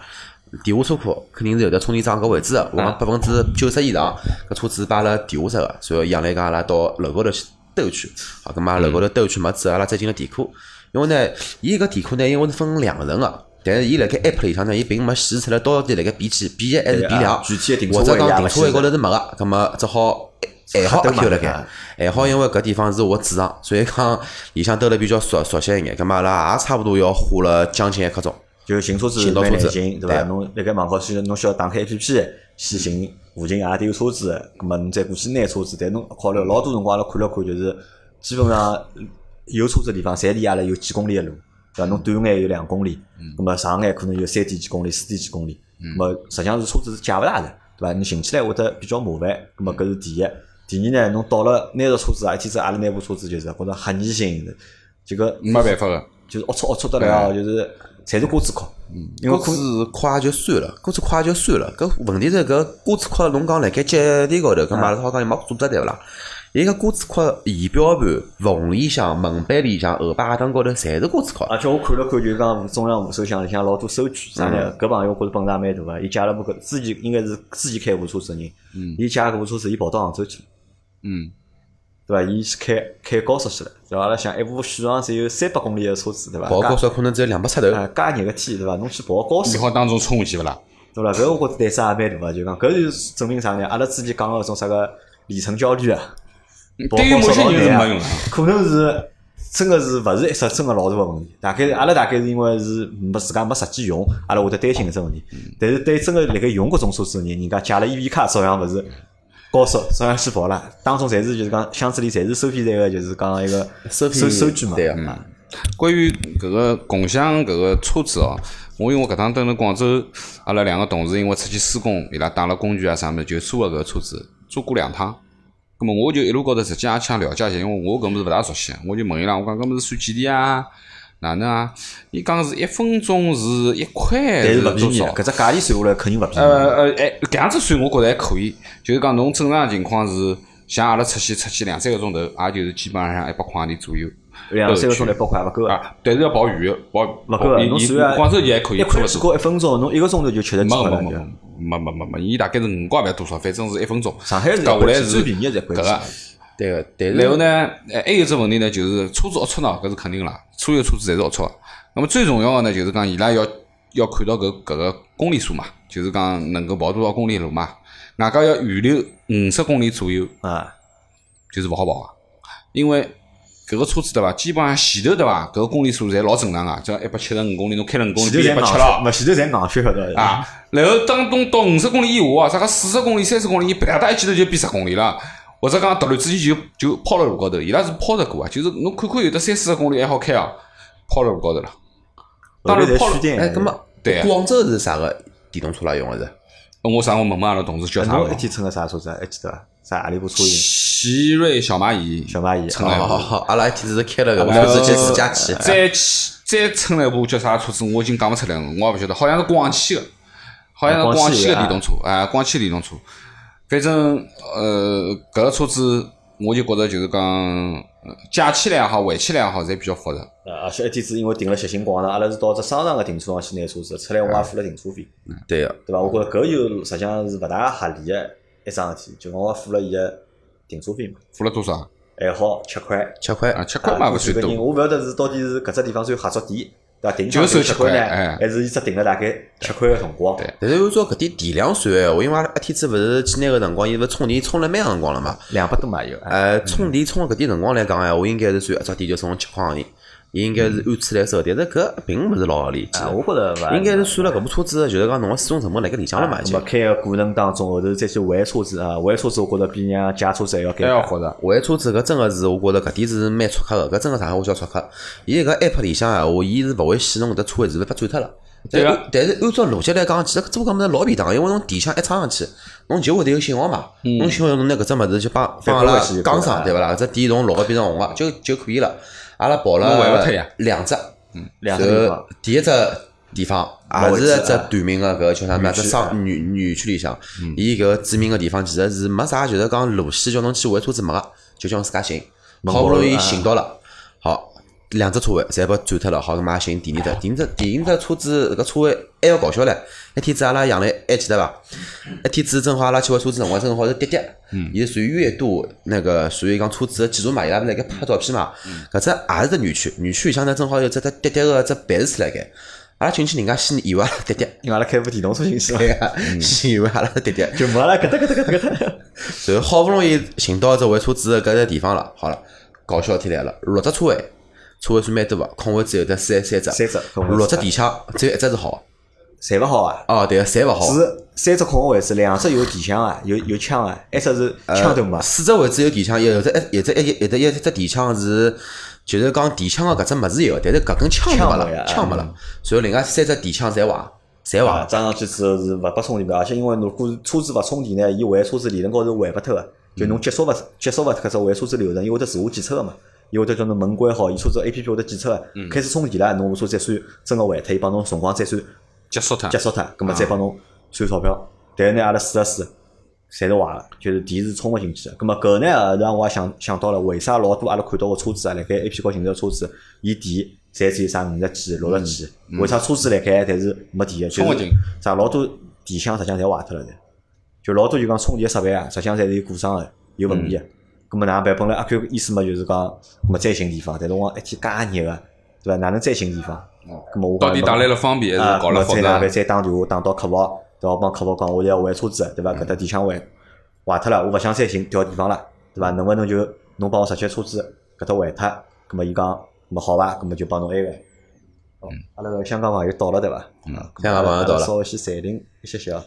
地下车库肯定是有得充电桩搿位置的，我啊讲百分之九十以上搿车子摆辣地下室个，所以杨澜讲阿拉到楼高头去兜圈，好，葛末阿拉楼嗯高头兜圈没之后，阿拉再进了地库，因为呢，伊搿地库呢，因为是分两层个。但是伊辣盖 app 里向呢，伊并没显示出来到底辣盖 B 几 B 哎一还是 B 对啊两，具体的停车或者位也讲勿停车显位示高头是没个，葛末只好还好阿 Q 辣盖啊，还好因为搿地方是我主场，所以讲里向兜了比较熟熟悉一眼，葛末阿拉也差不多要花了将近一刻钟。就寻车子寻到蛮车难子寻，对对伐？啊侬辣盖网高头去，侬需要打开 A P P 去寻附近啊，底有车子的，葛末侬再过去拿车子。但侬考虑老多辰光，阿拉看了看，就是基本上有车子的地方，侪离阿拉有几公里的路，对伐？侬短眼有两公里，嗯葛末长眼可能有三点几公里、四点几公里，葛末实际上是车子是借勿大的，对伐？侬寻起来会得比较麻烦，葛嗯末搿是第一。第二呢，侬到了拿着车子啊，一天子阿拉拿部车子就是觉着黑泥性的，这个没办法个，就是龌龊龌龊得来啊，就是侪是瓜子壳，因为歌可子快也就算了，歌子快也就算了。搿问题是搿歌子快，侬讲辣盖脚底高头，搿嘛好讲伊没组织对勿啦？伊搿歌子快仪表盘、缝里向、门板里向、后排灯高头，侪是歌子快。而且我看了看，就是讲中央扶手箱里向老多收据啥呢？嗯搿朋友觉着本事也蛮大啊个，伊借了部搿之前应该是之前开部车子的人，嗯伊借搿部车子，伊跑到杭州去了，嗯，对伐？伊去开开高速去了，对伐？阿拉想一部续航只有三百公里的车子，对伐？跑高速可能只有两百出头加。啊，介热个天，对伐？侬去跑高你速，好当中冲下去勿啦？对伐？搿我觉着代价也蛮大个，就讲搿就是证明啥呢？阿拉之前讲个种啥个里程焦虑啊，嗯对于某些人是没用的，啊可能是真个是勿是一只真个老大个问题。大概阿拉大概是因为是没自家没实际用，阿拉会得担心搿只问题。嗯但是对真个辣盖用搿种车子个人，人家借了 EV 卡照样勿是高速，照样去跑了。当中侪是就是讲箱子里侪是收费站个，就是讲一个收费收收据嘛。对啊啊，关于搿个共享搿个车子哦，我因为搿趟蹲辣广州，阿拉两个同事因为出去施工，伊拉带了工具啊啥物事，就租了搿个车子，租过两趟。葛么我就一路高头实际也想了解一下，因为我搿物事勿大熟悉，啊我就问伊拉，我讲搿物事算几钿啊？哪能啊？伊讲是一分钟是一块，但是勿多便宜啊少的，？搿只价钿算下来肯定勿便宜。呃呃，哎，搿样子算我觉着还可以，就是讲侬正常情况是，像阿拉出去出去两三个钟头，也就是基本上一百块钿左右两三个钟头一百块也勿够啊。呃啊，但是要跑远，跑勿跑够啊伊侬伊算啊广州就还可以，一差块勿几多。角一分钟，侬一个钟头就吃了几没块没了没就。没没没没，伊大概是五角万多少，反正是一分钟。上海是搿下来一块几是最便宜的是一块搿几个。对个，但然后哎是呢，呃还有一只问题呢，就是车子龌龊呢，搿是肯定啦，所有车子侪是龌龊的。那么最重要个呢，就是讲伊拉要要看到搿搿个公里数嘛，就是讲能够跑多少公里路嘛。外加要预留五十公里左右，啊，就是勿好跑啊，因为搿个车子对伐，基本上前头对伐，搿个公里数侪老正常啊，只要一百七十五公里，侬开了五公里前就头侪一百七硬，了没前头侪硬血晓得伐啊。然后当东到五十公里以下啊，啥个四十公里、三十公里，伊啪嗒一记头就变十公里了。或者讲突然之间就就抛了路高头，伊拉是抛着过啊，就是侬看看有的三四十公里还好开啊，抛了路高头了。后头当然侪跑了虚定。哎，葛么对啊广州是啥个电动车来用个是？我上午问问阿拉同事叫啥侬个一，天乘个啥车子啊？还记得伐？啥阿里部车型？奇瑞小蚂蚁，小蚂蚁。乘啊了一部哦，阿拉一天是开呃了个，然我后是去自驾去。哎再去再乘了一部叫啥车子，我已经讲勿出来了，我也勿晓得，好像是广汽个，好像是广汽个电动车，啊，广汽电动车。反正呃，搿个车子我就觉着就是讲，呃借起来也好，还起来也好，侪比较复杂。而啊且一天子因为停了协鑫广场，阿拉是到只商场个停车场去拿车子，出来我也付了停车费，对啊个，对伐？我觉着搿就实际上是勿大合理个一桩事体，就我付了伊个停车费嘛，付了多少啊？还好七块。七块啊，七块嘛，啊勿过去算搿人多。我勿晓得是到底是搿只地方算合作店，对伐？定就价是收七七块呢哎，还是伊只定了大概七块个辰光？对但是按照搿点电量算闲话，因为阿拉一天子勿是去那个辰光，伊勿充电充了蛮长辰光了嘛。两百多嘛有。哎呃，充电充了搿点辰光来讲闲话，应该是算一只电就充七块行钿，伊应该是按次来收，但是搿并勿是老合理。其实啊，我觉着嗯勿合理应该是算了搿部车子，就是讲侬个使用成本辣盖里向了啊嘛，已咁经么。开个过程当中，后头再去还车子啊，还车子我觉着比让借车子还要还尴要尬。复杂。还车子搿真个是，我觉着搿点是蛮出克个，搿真个上海话叫出克。伊搿 app 里向闲话，伊是勿会显侬搿只车位是勿被占脱了。对但啊是但是按照逻辑来讲，其实搿只搿物事老便当，因为侬电箱一插上去，侬就会得有信号嘛。嗯侬信号侬拿搿只物事就帮帮阿拉反馈回去就可以讲上了对勿啦？搿只电从绿个变成红个就就可以了。阿拉跑啊侬还勿退呀啊了两只，两个地然方后，第一只地方老也一是只一啊只短命个搿个叫啥物园事？区啊嗯商女女区里向，伊搿个致命个地方其实是没啥，就是讲路线叫侬去还车子没个，就叫侬自家寻。门好不容易口啊寻到了，好两只车位侪被占脱了，好搿嘛也寻第二只，第二只第二只车子搿车位还要搞笑唻。一天子阿拉杨澜还记得伐？一天子正好阿拉去还车子辰光，正好是滴滴，伊是属于月度那个属于讲车子的记录嘛，伊拉辣盖拍照片嘛。搿只也是只园区，园区里向呢正好有只只滴滴个只办事处辣盖，阿拉进去人家先以为阿拉滴滴，因为阿拉开部电动车进去嘛，对啊， [laughs] 先以为阿拉是滴滴。 [laughs] 就没了，搿搭搿搭搿搭搿搭。然后好不容易寻到一只还车子的搿只地方了，好了，搞笑天来了，六只车位，车位算蛮多个，空位只有得三三只，三只空位六只底下只有一只是好侪勿好啊！的，哦对个，侪勿好的，是三只空个位置，两只有底箱啊，有有枪啊，一只是枪头呃嘛，四只位置有底腔，有有只一有只一有只一只底腔是，就是讲底腔个搿只物事有，但是搿根腔是没腔没有了，啊腔没了，所以另外三只底腔侪坏，侪啊，坏，装上去之后是勿拨充电的，而且因为如果车子勿充电呢，伊还车子理论高头还勿脱个，就侬结束勿结束勿脱搿只还车子流程，伊会得自我检测个嘛，伊会得叫侬门关好，伊车子 A P P 会得检测个，开始充电了，侬部车再算真个还脱，伊帮侬辰光再算结束脱结。束脱，葛啊末再啊帮侬算钞票。但是呢，阿拉试了试，侪是坏个，就是电是充勿进去个。葛末搿呢，让我也想想到了，为啥老多阿拉看到个车子啊，辣盖 A P 高寻到个车子，伊电侪只有啥五十几、六十几，嗯为啥车子辣盖但是没电啊个？就充勿是进啥老多电箱实际上侪坏脱了的，就老多就讲充电设备啊，实际上侪是有故障个，有问题嗯个。葛末哪能办？本来阿 Q 意思嘛，就是讲，没再寻地方，但是我讲一天介热个，对伐？哪能再寻地方？葛末我讲哦到底带来了方便还啊，是搞了复再杂哪？再打电话打到客服，对伐？帮客服讲，我现在还车子，对伐？嗯搿搭底箱坏坏脱了，我勿想再寻调地方了，对嗯伐？能勿能就侬帮我直接车子搿搭还脱？葛末伊讲，没好伐？葛末就帮侬安排。哦阿拉个香港朋友到了对伐？嗯啊嗯香港朋友到了阿拉稍微先暂停一歇歇啊。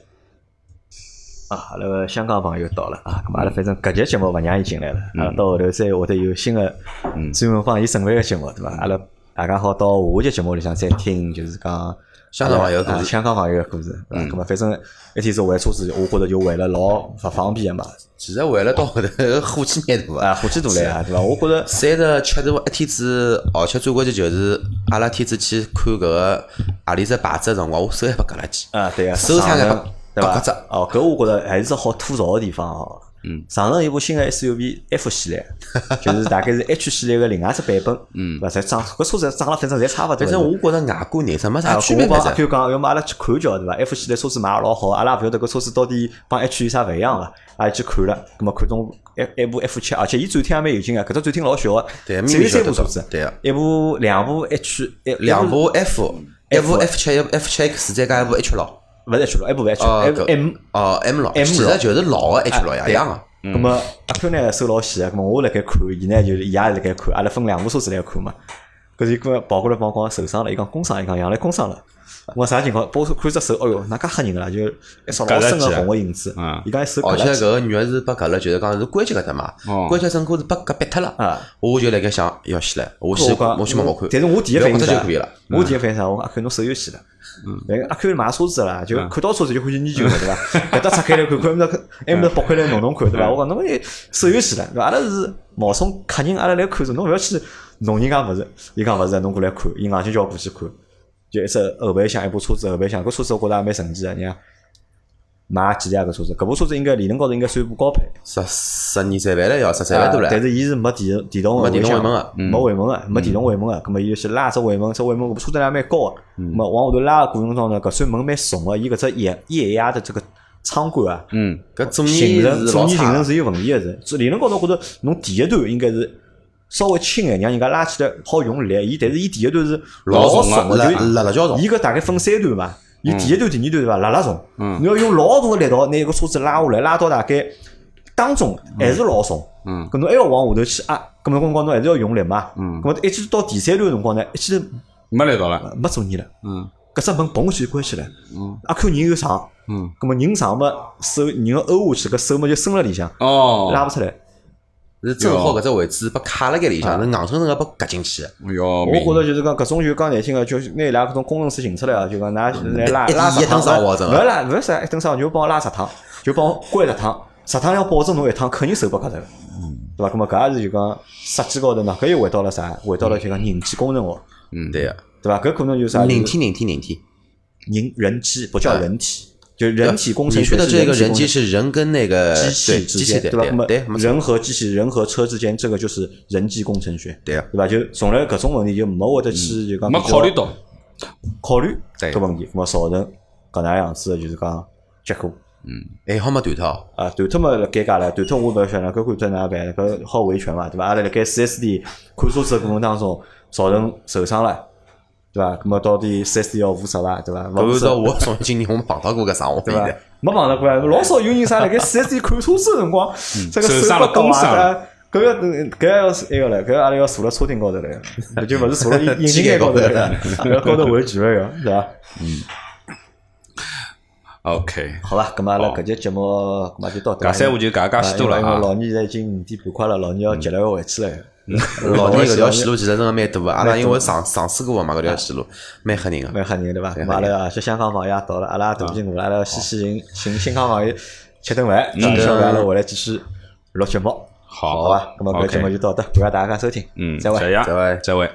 啊，阿拉个香港朋友到了啊，咁阿拉反正搿节节目勿让伊进来了，嗯阿拉到后头再会得有新个嗯专门帮伊准备个节目，对伐？阿拉大家好到下节节目里向再听，就是讲香港朋友的故事啊香港朋友个故事，对嗯伐？咁啊么反正一天是还车子，我觉着就还了老勿方便个啊嘛，其实为了到后头 [laughs] 火气蛮大啊，火个。气大来啊，对伐？我觉着三十七度一天子，而且最关键就是阿拉天子去看搿个阿里只牌子个辰光，我手还拨割了去，啊，对啊， [laughs] 手上差能点拨对伐搿只？哦，搿我觉着还是只好吐槽个地方哦。嗯，上了一部新的 SUV F 系 [laughs] 列，就是大概是 H 系列个另外只版本，嗯勿才涨，搿车子涨了反正侪差勿多。反正我觉着外国人啥没啊，啥区别我帮阿反正 Q 讲，要么阿拉去看叫对伐？F 系列车子买了老好，阿拉也勿晓得搿车子到底帮 H 有啥勿一样个，阿拉去看了，葛末看中一一部 F 七，而且伊展厅也蛮有劲个，啊搿只展厅老小个，对，只明有明晓三得部车到子，对啊，一部两部 H，一两部 F，一部嗯 F F 七，一部 F 七 X，再加一部 H 六，勿是 H 了，一部勿是 H，哦一搿 M。哦 M 六， M 其六哎实就是老的 H 六呀，一样啊的。咁么阿 Q 呢收老啊细个，咁么我辣盖看，伊呢就是伊也辣盖看，阿拉分两部车子来看嘛。搿是伊跟我跑过来帮我讲受伤了，伊讲工伤，伊讲杨澜工伤了。我讲啥情况？帮我看只手，哎哟，哪介吓人个啦，就一扫老深个红个印子嗯。伊讲伊手割而且了哦搿个女儿是被割了，就是讲是关节搿搭嘛哦，关节整个是被割瘪脱了。啊，我就辣盖想，要死了，我去我讲我去摸摸看。但是我第一反应不是要啥割脱就可以了。我第一反应是啥？我讲阿 Q 侬手有戏了。但阿 Q 买车子啦，就看到车子就欢喜研究了，对伐？搿搭拆开来看看，埃面搭埃面搭剥开来弄弄看，对伐？我讲侬也手有戏了，对伐阿拉是冒充客人，阿拉来看车，侬勿要去弄人家物事。伊讲勿是，侬过来看，伊硬劲叫我过去看，就一只后备箱，一部车子后备箱，搿车子我觉着也蛮神奇个，你看。买几钿啊？搿车子，搿部车子应该理论高头应该算部高配，十十二三万了要，十三万多啊了。但是伊是没电电动个，没电啊动尾门个没尾门个，嗯没电动尾门个，咁么伊就去拉只尾门，只尾门搿部车子量蛮高个，嗯咁么往下头拉个过程中呢，搿扇门蛮松个，伊搿只液液压的这个舱管啊，嗯，搿总行体程是总老体行差程的。是有问题个是，这理论高头觉着侬第一段应该是。稍微轻眼，让人家拉起来好用力。伊但是伊第一段是老老重啊松个，辣就辣辣椒重伊搿大概分三段嘛，伊第一段、第二段对伐？拉拉重，嗯侬要用老大个力道拿一个车子拉下来，拉到大概当中还是老重，嗯搿侬还要往下头去压，搿么辰光侬还是要用力嘛，嗯搿么一记到第三段辰光呢，一记没来到了，没阻尼了，嗯搿只门嘣就关起来，嗯阿 Q 人又长，嗯，搿么人长嘛，手人要勾下去，搿手嘛就伸辣里向，哦，拉勿出来。是正好搿只位置被卡辣盖里向，啊是硬生生个被夹进去的。哎哟，我觉着就是讲搿种就讲难听个，就是拿伊拉搿种工程师寻出来啊，就讲㑚来拉嗯一拉一食堂顿生活啊，真勿的要拉勿要啥一顿生活，就帮我拉食堂，就帮我关食堂，食堂要保证侬一趟肯定手不磕头，嗯对伐？搿么搿也是就讲设计高头呢，搿又回到了啥？回到了就讲人机工程哦，嗯，对啊个，对伐？搿可能就是啥？人人体人体人体。人人机不叫人体，就人体工程啊呃你学说的是这个人人机工程是人跟那个机对器之机器间，对对吧？那么对，没错人和机器、人和车之间，这个就是人机工程学，对啊对吧？就从来搿种问题就没会得嗯去就讲没比较考虑到，考虑对搿问题，咾造成搿能样子的就是讲结果还哎好没断脱。啊，断脱嘛尴尬了，断脱我勿晓得，搿看怎哪办？搿好维权嘛，对伐？阿拉辣盖 4S 店看车子的过程当中造成受伤了，对伐？搿么到底 4S 店要负责伐？对伐？勿搿负按照责我从今年我们碰到过搿生活，对对伐？没碰到过啊，老少有人啥辣盖 4S 店看车子的辰光，这个嗯受伤了不割工伤啊，搿个搿要是埃个了，搿阿拉要坐辣车顶高头来， [laughs] 就勿是坐 [laughs] 辣引膝擎盖盖高头高头来，搿高头围拳个，对伐？ OK，好吧，咁么阿拉好搿节节目咁啊么就到搿搿啦。三五就搿介许多了因为因为啊，嗯老年现在已经五点半快了，老年要急了要回去了。 [laughs] 老年搿条线路路其实真个蛮大个，阿拉蛮因为尝尝试过嘛，搿条线路蛮吓人个。蛮吓人对伐？咁蛮吓阿人拉而且香港朋友也到了，阿拉大屁股了，阿拉要先去寻寻新港朋友吃顿饭，吃顿饭阿拉回来继续录节目，嗯好好吧？咁么搿节目就 OK，到这，感谢大家收听，嗯，再会这。样再会。再会。